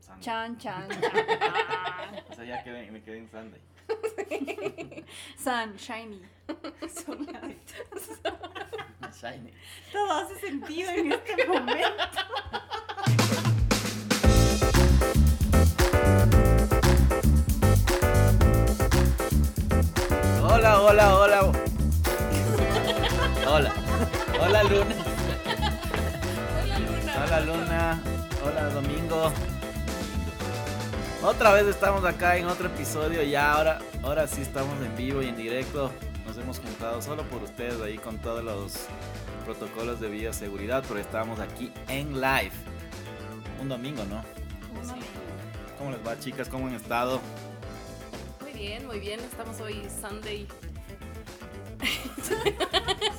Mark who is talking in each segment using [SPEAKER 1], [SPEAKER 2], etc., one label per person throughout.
[SPEAKER 1] Sunday.
[SPEAKER 2] Chan, chan, chan.
[SPEAKER 1] O sea, ya quedé, me quedé en Sunday.
[SPEAKER 2] Sun, shiny.
[SPEAKER 1] Shiny.
[SPEAKER 3] Todo hace sentido en este momento.
[SPEAKER 1] Hola, hola, hola. Hola. Hola, Luna. Hola, Luna. Hola, Domingo. Otra vez estamos acá en otro episodio. Ya ahora, ahora sí estamos en vivo y en directo. Nos hemos juntado solo por ustedes ahí con todos los protocolos de bioseguridad, pero estamos aquí en live. Un domingo, ¿no? ¿Cómo les va, chicas? ¿Cómo han estado?
[SPEAKER 4] Muy bien, muy bien. Estamos hoy Sunday.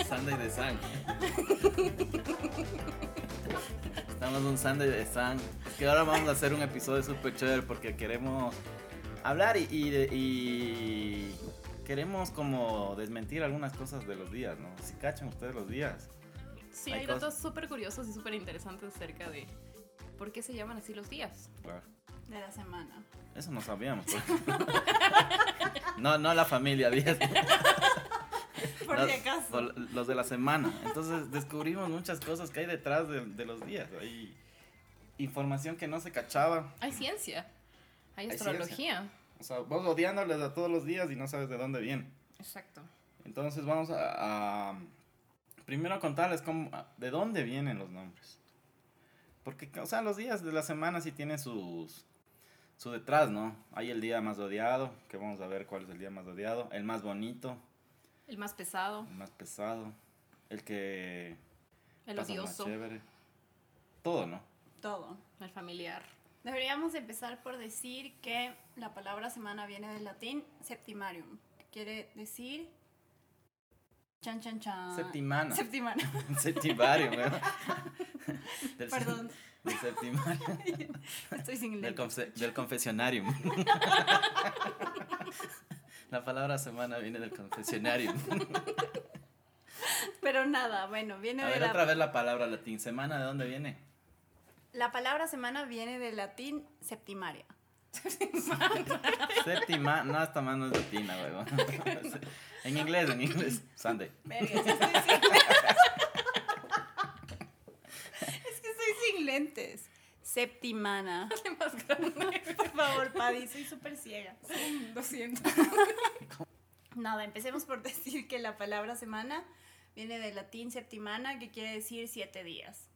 [SPEAKER 1] Sunday de San. Estamos en un Sunday de San. Es que ahora vamos a hacer un episodio súper chévere porque queremos hablar y, y de- y queremos como desmentir algunas cosas de los días, ¿no? Si cachan ustedes los días.
[SPEAKER 4] Sí,
[SPEAKER 1] Hay
[SPEAKER 4] hay
[SPEAKER 1] cosas.
[SPEAKER 4] datos súper curiosos y súper interesantes acerca de por qué se llaman así los días.
[SPEAKER 1] Claro.
[SPEAKER 2] De la semana.
[SPEAKER 1] Eso no sabíamos. por ejemplo. No, no la familia, días.
[SPEAKER 3] Por
[SPEAKER 1] los,
[SPEAKER 3] si acaso.
[SPEAKER 1] por los de la semana. Entonces descubrimos muchas cosas que hay detrás de, de los días. Hay información que no se cachaba.
[SPEAKER 4] Hay ciencia, hay
[SPEAKER 1] Hay
[SPEAKER 4] astrología.
[SPEAKER 1] O sea, vos odiándoles a todos los días y no sabes de dónde vienen.
[SPEAKER 4] Exacto.
[SPEAKER 1] Entonces vamos a, a- primero a contarles cómo, de dónde vienen los nombres. Porque, o sea, los días de la semana sí tienen sus, su detrás, ¿no? Hay el día más odiado, que vamos a ver cuál es el día más odiado. El más bonito,
[SPEAKER 4] El más pesado,
[SPEAKER 1] el más pesado, el que
[SPEAKER 4] el
[SPEAKER 1] pasa más
[SPEAKER 4] odioso,
[SPEAKER 1] chévere. Todo, ¿no?
[SPEAKER 2] Todo.
[SPEAKER 4] el familiar.
[SPEAKER 2] Deberíamos empezar por decir que la palabra semana viene del latín septimarium. que Quiere decir. Chan,
[SPEAKER 4] Ah.
[SPEAKER 2] chan, chan.
[SPEAKER 1] Septimana.
[SPEAKER 2] Septimana.
[SPEAKER 1] Septimario, weón. Del se-
[SPEAKER 2] Perdón,
[SPEAKER 1] Del septimario.
[SPEAKER 2] estoy sin
[SPEAKER 1] Del,
[SPEAKER 2] lengua.
[SPEAKER 1] confe- del confesionarium. La palabra semana viene del confesionarium.
[SPEAKER 2] Pero nada, bueno, viene
[SPEAKER 1] A
[SPEAKER 2] de
[SPEAKER 1] ver,
[SPEAKER 2] la
[SPEAKER 1] otra vez la palabra latín. ¿Semana de dónde viene?
[SPEAKER 2] La palabra semana viene del latín septimaria.
[SPEAKER 1] Séptima. No, esta mano es latina, weón. En inglés, en inglés. Sunday.
[SPEAKER 2] Es que estoy sin lentes. Septimana.
[SPEAKER 4] El más grande.
[SPEAKER 2] Por favor, Paddy, soy súper ciega.
[SPEAKER 4] Lo siento.
[SPEAKER 2] Nada, empecemos por decir que la palabra semana viene del latín septimana, que quiere decir siete días.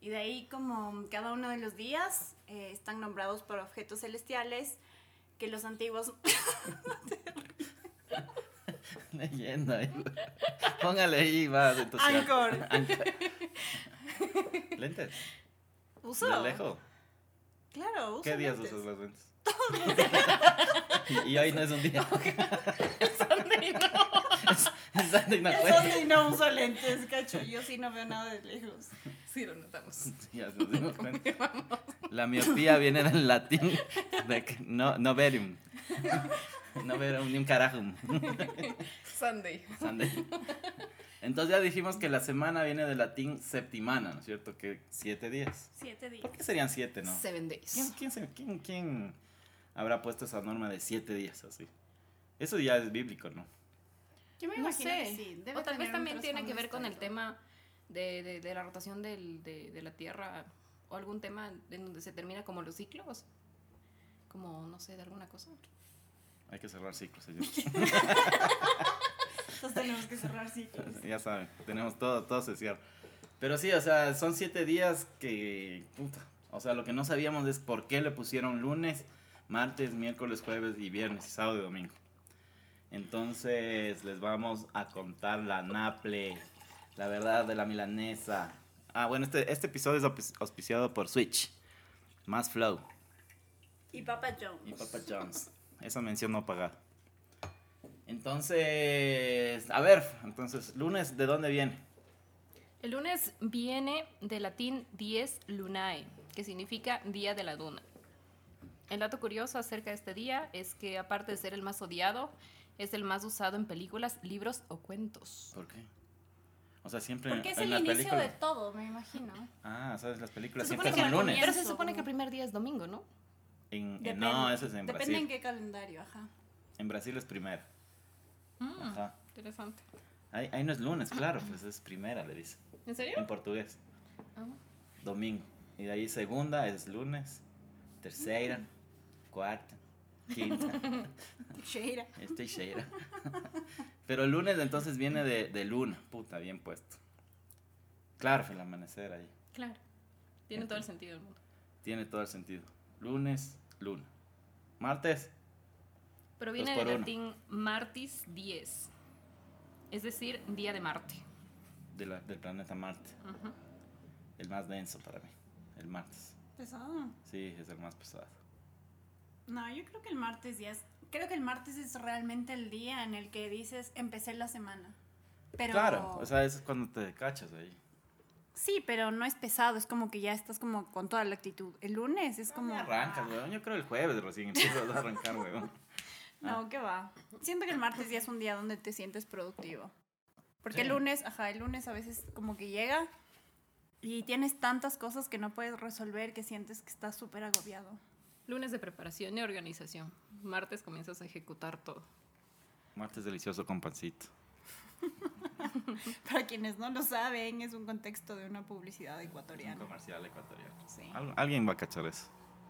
[SPEAKER 2] Y de ahí, como cada uno de los días, eh, están nombrados por objetos celestiales que los antiguos.
[SPEAKER 1] Leyenda, ahí, weón. Póngale ahí, va. de tu ciudad.
[SPEAKER 2] Anchor.
[SPEAKER 1] Anchor. Lentes.
[SPEAKER 2] usó.
[SPEAKER 1] De lejos.
[SPEAKER 2] Claro, uso
[SPEAKER 1] ¿Qué días
[SPEAKER 2] lentes.
[SPEAKER 1] usas las lentes? Y- Y hoy no es un día. Es Sunday, no
[SPEAKER 2] Es
[SPEAKER 1] cuenta.
[SPEAKER 2] donde no uso lentes, cacho. Yo sí no veo nada de lejos.
[SPEAKER 4] Sí, lo notamos.
[SPEAKER 1] Ya nos dimos cuenta. La miopía viene del latín de que no, no verum. No verum ni un carajum.
[SPEAKER 4] Sunday.
[SPEAKER 1] Ande. Entonces ya dijimos que la semana viene del latín septimana, ¿no es cierto? Que siete días.
[SPEAKER 2] Siete días.
[SPEAKER 1] ¿Por qué serían siete, no?
[SPEAKER 4] Seven
[SPEAKER 1] ¿Quién,
[SPEAKER 4] days.
[SPEAKER 1] quién, se- quién- quién habrá puesto esa norma de siete días así? Eso ya es bíblico, ¿no?
[SPEAKER 2] Yo me
[SPEAKER 4] No
[SPEAKER 2] imagino
[SPEAKER 4] sé.
[SPEAKER 2] que sí. debe
[SPEAKER 4] o tal
[SPEAKER 2] tener
[SPEAKER 4] vez
[SPEAKER 2] un
[SPEAKER 4] también tiene que
[SPEAKER 2] trasfondo
[SPEAKER 4] ver con el
[SPEAKER 2] histórico.
[SPEAKER 4] tema de, de- de la rotación del- de, de la Tierra o algún tema en donde se termina como los ciclos. Como, no sé, de alguna cosa.
[SPEAKER 1] Hay que cerrar ciclos, señor.
[SPEAKER 2] Entonces tenemos que cerrar ciclos.
[SPEAKER 1] ya saben, tenemos todo, todo se cierra. Pero sí, o sea, son siete días que. puta, o sea, lo que no sabíamos es por qué le pusieron lunes, martes, miércoles, jueves y viernes, y sábado y domingo. Entonces, les vamos a contar la Naple, la verdad de la milanesa. Ah, bueno, este, este episodio es auspici- auspiciado por Switch, más Flow
[SPEAKER 2] Y Papa Jones.
[SPEAKER 1] y Papa John's. Esa mención no pagada. Entonces, a ver, entonces, lunes, ¿de dónde viene?
[SPEAKER 4] El lunes viene del latín dies lunae, que significa día de la luna. El dato curioso acerca de este día es que aparte de ser el más odiado, es el más usado en películas, libros o cuentos.
[SPEAKER 1] ¿Por qué? O sea, siempre
[SPEAKER 2] Porque es
[SPEAKER 1] en
[SPEAKER 2] el
[SPEAKER 1] las
[SPEAKER 2] inicio
[SPEAKER 1] películas.
[SPEAKER 2] de todo, me imagino.
[SPEAKER 1] Ah, sabes, las películas
[SPEAKER 4] Se
[SPEAKER 1] siempre
[SPEAKER 4] supone que
[SPEAKER 1] hacen
[SPEAKER 4] no
[SPEAKER 1] lunes.
[SPEAKER 2] comienza.
[SPEAKER 4] Pero se supone que el primer día es domingo, ¿no?
[SPEAKER 1] En- en-
[SPEAKER 2] Depende.
[SPEAKER 1] no, eso es en
[SPEAKER 2] Depende
[SPEAKER 1] Brasil.
[SPEAKER 2] en qué calendario, ajá.
[SPEAKER 1] En Brasil es primera.
[SPEAKER 4] Mm,
[SPEAKER 1] Ajá.
[SPEAKER 4] Interesante.
[SPEAKER 1] Ahí, ahí no es lunes,
[SPEAKER 2] Ah.
[SPEAKER 1] claro, pues es primera, le dice.
[SPEAKER 4] ¿En
[SPEAKER 1] En
[SPEAKER 4] serio?
[SPEAKER 1] portugués.
[SPEAKER 4] Ah.
[SPEAKER 1] Domingo. Y de ahí segunda es lunes. Tercera.
[SPEAKER 2] Mm.
[SPEAKER 1] Cuarta. Quinta.
[SPEAKER 2] Cheira.
[SPEAKER 1] es tercera. Pero el lunes entonces viene de, de luna. Puta, bien puesto. Claro, fue el amanecer ahí.
[SPEAKER 4] Claro. Tiene todo el sentido del mundo.
[SPEAKER 1] Tiene todo el sentido. Lunes, luna. Martes.
[SPEAKER 4] Pero viene
[SPEAKER 1] Dos por
[SPEAKER 4] del
[SPEAKER 1] uno.
[SPEAKER 4] latín martis 10. Es decir, día de Marte.
[SPEAKER 1] de la- del planeta Marte.
[SPEAKER 4] Ujú.
[SPEAKER 1] El más denso para mí. El martes.
[SPEAKER 2] Pesado.
[SPEAKER 1] Sí, es el más pesado.
[SPEAKER 2] No, yo creo que el martes ya es. Creo que el martes es realmente el día en el que dices empecé la semana. Pero.
[SPEAKER 1] Claro, o sea, eso es cuando te cachas ahí.
[SPEAKER 2] Sí, pero no es pesado, es como que ya estás como con toda la actitud. El lunes
[SPEAKER 1] Ah,
[SPEAKER 2] es como.
[SPEAKER 1] Arrancas, weón. Yo creo el jueves recién empiezas a arrancar, weón.
[SPEAKER 2] No, que va. Siento que el martes ya es un día donde te sientes productivo. Porque el
[SPEAKER 1] Sí.
[SPEAKER 2] lunes, ajá, el lunes a veces como que llega y tienes tantas cosas que no puedes resolver que sientes que estás súper agobiado.
[SPEAKER 4] Lunes de preparación y organización. Martes comienzas a ejecutar todo.
[SPEAKER 1] Martes delicioso con pancito.
[SPEAKER 2] Para quienes no lo saben, es un contexto de una publicidad
[SPEAKER 1] Un
[SPEAKER 2] ecuatoriana.
[SPEAKER 1] comercial ecuatoriano.
[SPEAKER 2] Sí.
[SPEAKER 1] Al- alguien va a cachar eso.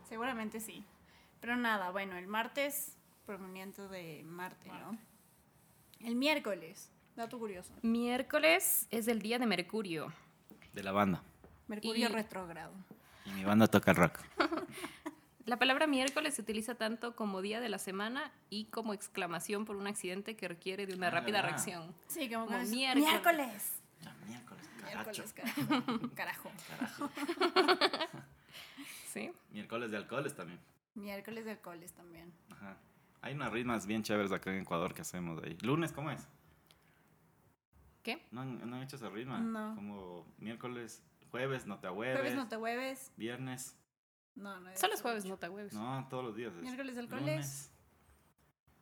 [SPEAKER 2] Seguramente sí. Pero nada, bueno, el martes, proveniente de Marte, ¿no? El miércoles, dato curioso.
[SPEAKER 4] Miércoles es el día de Mercurio.
[SPEAKER 1] De la banda.
[SPEAKER 2] Mercurio
[SPEAKER 4] Y-
[SPEAKER 2] retrógrado.
[SPEAKER 1] Y mi banda toca rock.
[SPEAKER 4] La palabra miércoles se utiliza tanto como día de la semana y como exclamación por un accidente que requiere de una
[SPEAKER 1] Ah,
[SPEAKER 4] rápida
[SPEAKER 1] ¿verdad?
[SPEAKER 4] reacción.
[SPEAKER 2] Sí, como,
[SPEAKER 4] Como
[SPEAKER 2] que es-
[SPEAKER 4] miércoles.
[SPEAKER 2] Miércoles.
[SPEAKER 1] Ya, miércoles, caracho.
[SPEAKER 2] Miércoles, carajo. carajo.
[SPEAKER 4] ¿Sí?
[SPEAKER 1] Miércoles de alcoholes también.
[SPEAKER 2] Miércoles de alcoholes también.
[SPEAKER 1] Ajá. Hay unas ritmas bien chéveres acá en Ecuador que hacemos ahí. Lunes, ¿cómo es?
[SPEAKER 4] ¿Qué?
[SPEAKER 1] ¿No han, no han hecho esa ritma?
[SPEAKER 2] No.
[SPEAKER 1] Como miércoles, jueves, no te ahueves.
[SPEAKER 2] Jueves no te hueves.
[SPEAKER 1] Viernes.
[SPEAKER 2] No, no.
[SPEAKER 4] Solo los jueves, no te hueves.
[SPEAKER 1] No, todos los días. es
[SPEAKER 2] Pues, Miércoles de alcoholes.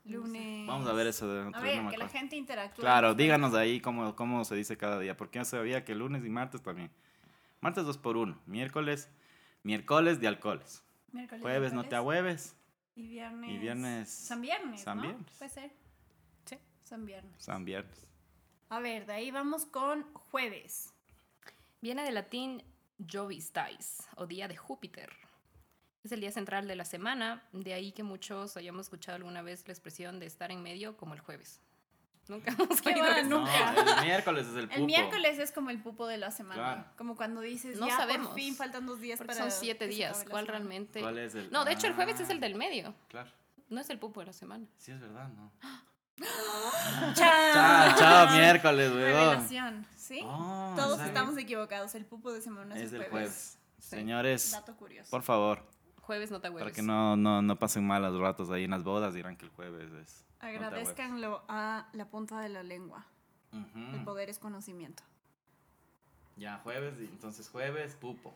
[SPEAKER 1] lunes.
[SPEAKER 2] Lunes.
[SPEAKER 1] Vamos a ver eso de
[SPEAKER 2] A
[SPEAKER 1] otro,
[SPEAKER 2] ver,
[SPEAKER 1] no me
[SPEAKER 2] que la
[SPEAKER 1] acuerdo.
[SPEAKER 2] gente interactúe.
[SPEAKER 1] Claro, díganos ahí cómo, cómo se dice cada día, porque yo sabía que lunes y martes también. Martes 2 por 1 miércoles, miércoles de alcoholes.
[SPEAKER 2] Miércoles de
[SPEAKER 1] Jueves no te
[SPEAKER 2] alcoholes.
[SPEAKER 1] ahueves,
[SPEAKER 2] Y viernes.
[SPEAKER 1] Y viernes-
[SPEAKER 2] San viernes.
[SPEAKER 1] San
[SPEAKER 2] ¿no?
[SPEAKER 1] viernes.
[SPEAKER 2] Puede ser.
[SPEAKER 4] Sí.
[SPEAKER 2] San viernes.
[SPEAKER 1] San Viernes.
[SPEAKER 2] A ver, de ahí vamos con jueves.
[SPEAKER 4] Viene del latín Jovis Dies, o día de Júpiter. Es el día central de la semana, de ahí que muchos hayamos escuchado alguna vez la expresión de estar en medio como el jueves. Nunca hemos
[SPEAKER 2] ¿Qué
[SPEAKER 4] oído
[SPEAKER 2] va?
[SPEAKER 4] eso.
[SPEAKER 2] No. Nunca.
[SPEAKER 1] No, el miércoles es el
[SPEAKER 2] El
[SPEAKER 1] pupo.
[SPEAKER 2] miércoles es como el pupo de la semana.
[SPEAKER 1] Claro.
[SPEAKER 2] Como cuando dices,
[SPEAKER 4] No
[SPEAKER 2] ya
[SPEAKER 4] sabemos.
[SPEAKER 2] por fin faltan dos días
[SPEAKER 4] Porque son
[SPEAKER 2] para.
[SPEAKER 4] siete
[SPEAKER 2] que se
[SPEAKER 4] días.
[SPEAKER 2] acabe la
[SPEAKER 4] ¿Cuál
[SPEAKER 2] semana.
[SPEAKER 4] realmente?
[SPEAKER 1] ¿Cuál es el?
[SPEAKER 4] No, de hecho el jueves
[SPEAKER 1] Ah,
[SPEAKER 4] es el del medio.
[SPEAKER 1] Claro,
[SPEAKER 4] No es el pupo de la semana.
[SPEAKER 1] sí es verdad, ¿no?
[SPEAKER 2] ¡Chan!
[SPEAKER 1] Chao, chao, miércoles, weón.
[SPEAKER 2] Ah. Revelación, ¿sí?
[SPEAKER 1] Ah,
[SPEAKER 2] Todos
[SPEAKER 1] ¿sabe?
[SPEAKER 2] estamos equivocados. El pupo de semana es,
[SPEAKER 1] Es
[SPEAKER 2] el
[SPEAKER 1] el
[SPEAKER 2] jueves.
[SPEAKER 1] jueves. Señores,
[SPEAKER 2] Dato curioso.
[SPEAKER 1] por favor,
[SPEAKER 4] Jueves no te hueves.
[SPEAKER 1] para
[SPEAKER 2] pues.
[SPEAKER 1] que no, no, no pasen malos ratos ahí en las bodas, dirán que el jueves es. no te ahueves.
[SPEAKER 2] Agradezcanlo a la punta de la lengua.
[SPEAKER 1] Ujú.
[SPEAKER 2] El poder es conocimiento.
[SPEAKER 1] Ya, jueves, y entonces jueves, pupo.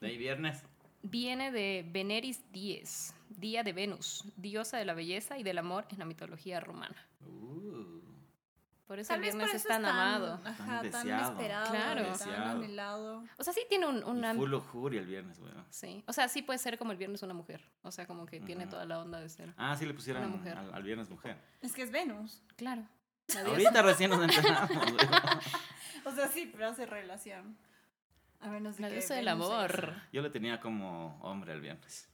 [SPEAKER 1] De ahí viernes.
[SPEAKER 4] Viene de Veneris 10, día de Venus, diosa de la belleza y del amor en la mitología romana.
[SPEAKER 1] Uh,
[SPEAKER 4] Por eso
[SPEAKER 2] Tal
[SPEAKER 4] el
[SPEAKER 2] vez
[SPEAKER 4] viernes
[SPEAKER 2] por
[SPEAKER 4] es
[SPEAKER 2] eso
[SPEAKER 4] tan
[SPEAKER 2] es tan-
[SPEAKER 4] amado.
[SPEAKER 2] Ajá, tan,
[SPEAKER 1] deseado.
[SPEAKER 2] esperado,
[SPEAKER 4] Claro.
[SPEAKER 2] tan
[SPEAKER 1] Deseado.
[SPEAKER 2] anhelado.
[SPEAKER 4] O sea, sí tiene un,
[SPEAKER 1] y
[SPEAKER 4] una...
[SPEAKER 1] full lujuria el viernes, weón.
[SPEAKER 4] Sí, o sea, sí puede ser como el viernes una mujer. O sea, como que tiene
[SPEAKER 1] Ujú.
[SPEAKER 4] toda la onda de ser.
[SPEAKER 1] Ah, sí le pusieron
[SPEAKER 4] Una mujer.
[SPEAKER 1] Al, al viernes mujer.
[SPEAKER 2] Es que es Venus.
[SPEAKER 4] Claro. La diosa.
[SPEAKER 1] Ahorita recién nos enteramos, weón.
[SPEAKER 2] O sea, sí, pero hace relación. A menos de
[SPEAKER 4] La
[SPEAKER 2] que
[SPEAKER 4] diosa del
[SPEAKER 2] Venus
[SPEAKER 4] amor.
[SPEAKER 1] Yo le tenía como hombre al viernes.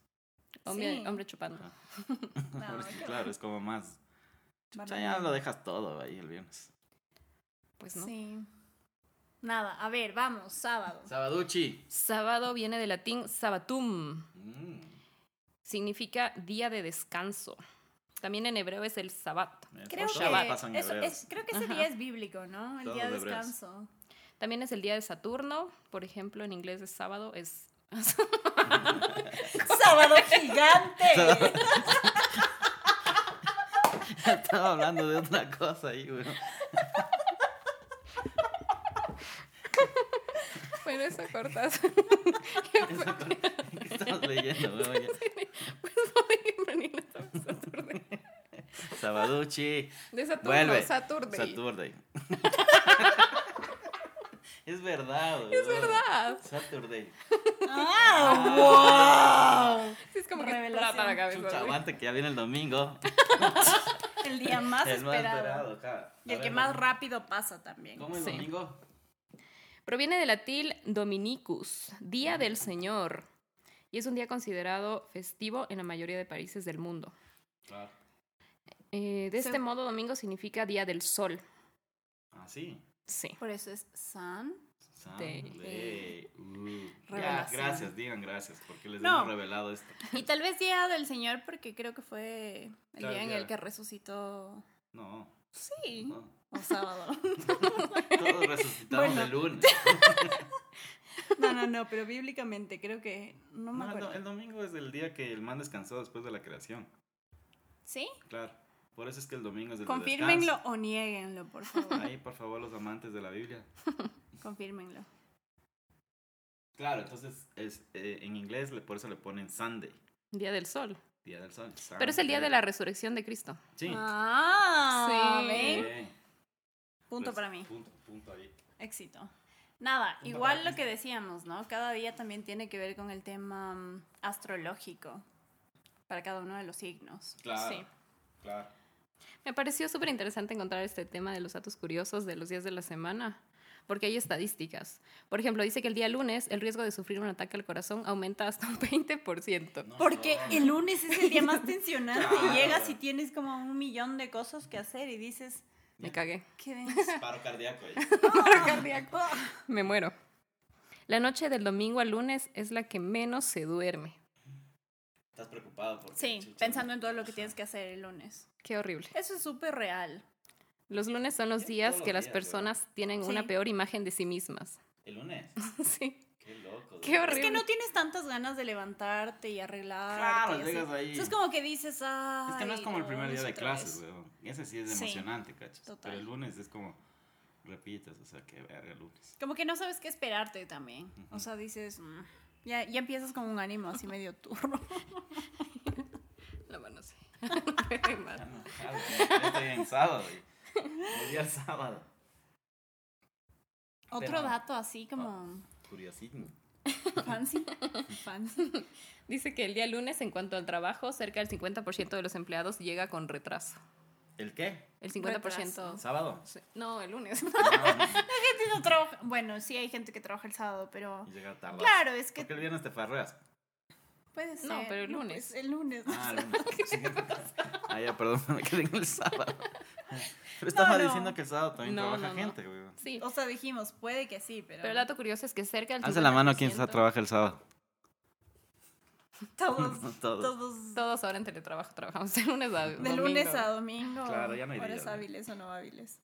[SPEAKER 4] Hombre,
[SPEAKER 2] Sí.
[SPEAKER 4] hombre chupando.
[SPEAKER 1] Ajá.
[SPEAKER 2] es- No,
[SPEAKER 1] Porque,
[SPEAKER 2] qué
[SPEAKER 1] claro, es como más.
[SPEAKER 2] va.
[SPEAKER 1] Ya, ya lo dejas todo ahí el viernes.
[SPEAKER 4] Pues no.
[SPEAKER 2] Sí. Nada, a ver, vamos, sábado.
[SPEAKER 1] Sabaduchi. Mm,
[SPEAKER 4] Sábado viene del latín sabatum. Significa día de descanso. También en hebreo es el sabbat.
[SPEAKER 2] Creo
[SPEAKER 4] Todo
[SPEAKER 2] que, eso es- creo que ese
[SPEAKER 4] Ajá.
[SPEAKER 2] día es bíblico, ¿no? El
[SPEAKER 1] Todos
[SPEAKER 2] día de
[SPEAKER 1] hebreos.
[SPEAKER 2] descanso.
[SPEAKER 4] También es el día de Saturno. Por ejemplo, en inglés es sábado. Es...
[SPEAKER 2] ¡Sábado gigante!
[SPEAKER 1] Estaba hablando de otra cosa ahí, weón.
[SPEAKER 4] Bueno, eso cortas.
[SPEAKER 1] ¿Qué estabas leyendo, weón? Ya.
[SPEAKER 4] pues no dije Manila, estaba en Saturday.
[SPEAKER 1] Sabaduchi.
[SPEAKER 4] De Saturno,
[SPEAKER 1] Vuelve.
[SPEAKER 4] Saturday.
[SPEAKER 1] Saturday. es verdad, weón.
[SPEAKER 4] Es verdad.
[SPEAKER 1] Saturday.
[SPEAKER 2] ¡Ah!
[SPEAKER 1] Ah,
[SPEAKER 4] Sí, es como que para, para acá. mejor,
[SPEAKER 1] Chucha,
[SPEAKER 4] güey.
[SPEAKER 1] aguante que ya viene el domingo.
[SPEAKER 2] El día más
[SPEAKER 1] el más
[SPEAKER 2] esperado.
[SPEAKER 1] esperado, ja.
[SPEAKER 2] Y el
[SPEAKER 1] A
[SPEAKER 2] que
[SPEAKER 1] ver,
[SPEAKER 2] más
[SPEAKER 1] ¿no?
[SPEAKER 2] rápido pasa también.
[SPEAKER 1] ¿Cómo el
[SPEAKER 4] Sí.
[SPEAKER 1] domingo?
[SPEAKER 4] Proviene del latín Dominicus, Día del Señor. Y es un día considerado festivo en la mayoría de países del mundo.
[SPEAKER 1] Claro.
[SPEAKER 4] Eh, de este
[SPEAKER 2] Seg-
[SPEAKER 4] modo, domingo significa Día del Sol.
[SPEAKER 1] Ah, sí.
[SPEAKER 4] Sí.
[SPEAKER 2] Por eso es San.
[SPEAKER 1] Sandley. Uh, ya,
[SPEAKER 2] Revelación.
[SPEAKER 1] gracias, digan gracias, porque les
[SPEAKER 2] No.
[SPEAKER 1] hemos revelado esto.
[SPEAKER 2] Y tal vez Día del Señor, porque creo que fue el
[SPEAKER 1] Claro,
[SPEAKER 2] día en
[SPEAKER 1] ya.
[SPEAKER 2] el que resucitó.
[SPEAKER 1] No,
[SPEAKER 2] Sí.
[SPEAKER 1] no.
[SPEAKER 2] O sábado.
[SPEAKER 1] Todos resucitamos
[SPEAKER 2] Bueno.
[SPEAKER 1] el lunes.
[SPEAKER 2] No, no, no, pero bíblicamente creo que. No
[SPEAKER 1] No,
[SPEAKER 2] me
[SPEAKER 1] el,
[SPEAKER 2] acuerdo.
[SPEAKER 1] do- el domingo es el día que el man descansó después de la creación.
[SPEAKER 2] ¿Sí?
[SPEAKER 1] Claro. Por eso es que el domingo es el de
[SPEAKER 2] Confírmenlo
[SPEAKER 1] descanso.
[SPEAKER 2] o nieguenlo, por favor.
[SPEAKER 1] Ahí, por favor, los amantes de la Biblia.
[SPEAKER 2] Confírmenlo.
[SPEAKER 1] Claro, entonces es, eh, en inglés le- por eso le ponen Sunday,
[SPEAKER 4] Día del Sol.
[SPEAKER 1] Día del Sol.
[SPEAKER 4] Pero es el día de la
[SPEAKER 1] Sunday.
[SPEAKER 4] resurrección de Cristo.
[SPEAKER 1] Sí.
[SPEAKER 2] Ah,
[SPEAKER 4] Sí.
[SPEAKER 2] ¿ven?
[SPEAKER 1] Bien.
[SPEAKER 2] Punto
[SPEAKER 1] Pues,
[SPEAKER 2] para mí.
[SPEAKER 1] Punto, punto ahí.
[SPEAKER 2] Éxito. Nada,
[SPEAKER 1] Punto
[SPEAKER 2] igual
[SPEAKER 1] para
[SPEAKER 2] lo que decíamos, ¿no? Cada día también tiene que ver con el tema mm, astrológico para cada uno de los signos.
[SPEAKER 1] Claro.
[SPEAKER 4] Sí.
[SPEAKER 1] Claro.
[SPEAKER 4] Me pareció súper interesante encontrar este tema de los datos curiosos de los días de la semana, porque hay estadísticas. Por ejemplo, dice que el día lunes el riesgo de sufrir un ataque al corazón aumenta hasta un 20%.
[SPEAKER 1] No,
[SPEAKER 2] Porque
[SPEAKER 1] no,
[SPEAKER 2] el lunes es el día más tensionante
[SPEAKER 1] Claro.
[SPEAKER 2] y llegas y tienes como un millón de cosas que hacer y dices, "Oh,
[SPEAKER 4] Me cagué,
[SPEAKER 2] qué
[SPEAKER 1] Paro cardíaco ahí.
[SPEAKER 2] cardíaco.
[SPEAKER 4] me muero. La noche del domingo al lunes es la que menos se duerme.
[SPEAKER 1] Estás preocupado porque.
[SPEAKER 2] Sí,
[SPEAKER 1] chucha,
[SPEAKER 2] pensando
[SPEAKER 1] ¿no?
[SPEAKER 2] en todo lo que tienes que hacer el lunes.
[SPEAKER 4] Qué horrible.
[SPEAKER 2] Eso es súper real.
[SPEAKER 4] Los lunes son los
[SPEAKER 1] Todos
[SPEAKER 4] días
[SPEAKER 1] los
[SPEAKER 4] que las
[SPEAKER 1] días,
[SPEAKER 4] personas tienen una
[SPEAKER 2] Sí.
[SPEAKER 4] peor imagen de sí mismas.
[SPEAKER 1] El lunes.
[SPEAKER 4] sí.
[SPEAKER 1] Qué loco.
[SPEAKER 4] Qué
[SPEAKER 1] dude.
[SPEAKER 4] horrible.
[SPEAKER 2] Es que no tienes tantas ganas de levantarte y arreglarte.
[SPEAKER 1] Claro,
[SPEAKER 2] y así.
[SPEAKER 1] llegas ahí.
[SPEAKER 2] Entonces Es como que dices, ah.
[SPEAKER 1] Es que no es como el primer día de clases, weón. Ese sí es
[SPEAKER 2] Sí.
[SPEAKER 1] emocionante, cachas.
[SPEAKER 2] Total.
[SPEAKER 1] Pero el lunes es como. Repites, o sea, que verga el lunes.
[SPEAKER 2] Como que no sabes qué esperarte también. O sea, dices, mm, ya, ya empiezas con un ánimo así medio turno.
[SPEAKER 4] La mano sí.
[SPEAKER 1] Ya Ah, no, claro, ya ya estoy en sábado. güey. El día sábado.
[SPEAKER 2] Otro dato así como
[SPEAKER 1] Curiosísimo.
[SPEAKER 2] fancy. fancy.
[SPEAKER 4] Dice que el día lunes, en cuanto al trabajo, cerca del 50% de los empleados llega con retraso.
[SPEAKER 1] ¿El qué?
[SPEAKER 4] El 50%.
[SPEAKER 1] ¿Sábado? Ah,
[SPEAKER 4] Sí. No, el lunes.
[SPEAKER 2] No trabaja- Bueno, sí hay gente que trabaja el sábado, pero.
[SPEAKER 1] Y llegar tarde.
[SPEAKER 2] Claro, es que
[SPEAKER 1] Porque el viernes te farreas.
[SPEAKER 2] puede ser.
[SPEAKER 4] pero el lunes.
[SPEAKER 2] pues, el lunes.
[SPEAKER 1] Ah, el lunes. Sí. Ah, ya, perdón, me quedé en el sábado. Pero estaba
[SPEAKER 2] no.
[SPEAKER 1] diciendo que el sábado también
[SPEAKER 4] No,
[SPEAKER 1] trabaja
[SPEAKER 4] no, no.
[SPEAKER 1] gente, güey.
[SPEAKER 4] Sí.
[SPEAKER 2] O sea, dijimos, puede que sí, pero.
[SPEAKER 4] Pero el dato curioso es que cerca del
[SPEAKER 1] Hace la mano quien
[SPEAKER 4] 50%
[SPEAKER 1] trabaja el sábado.
[SPEAKER 2] Todos.
[SPEAKER 1] Todos.
[SPEAKER 2] todos
[SPEAKER 4] Todos ahora en teletrabajo trabajamos de lunes a
[SPEAKER 2] de lunes
[SPEAKER 4] domingo.
[SPEAKER 2] a domingo.
[SPEAKER 1] Claro, ya no hay
[SPEAKER 2] horas
[SPEAKER 1] día, ¿no?
[SPEAKER 2] hábiles o no hábiles.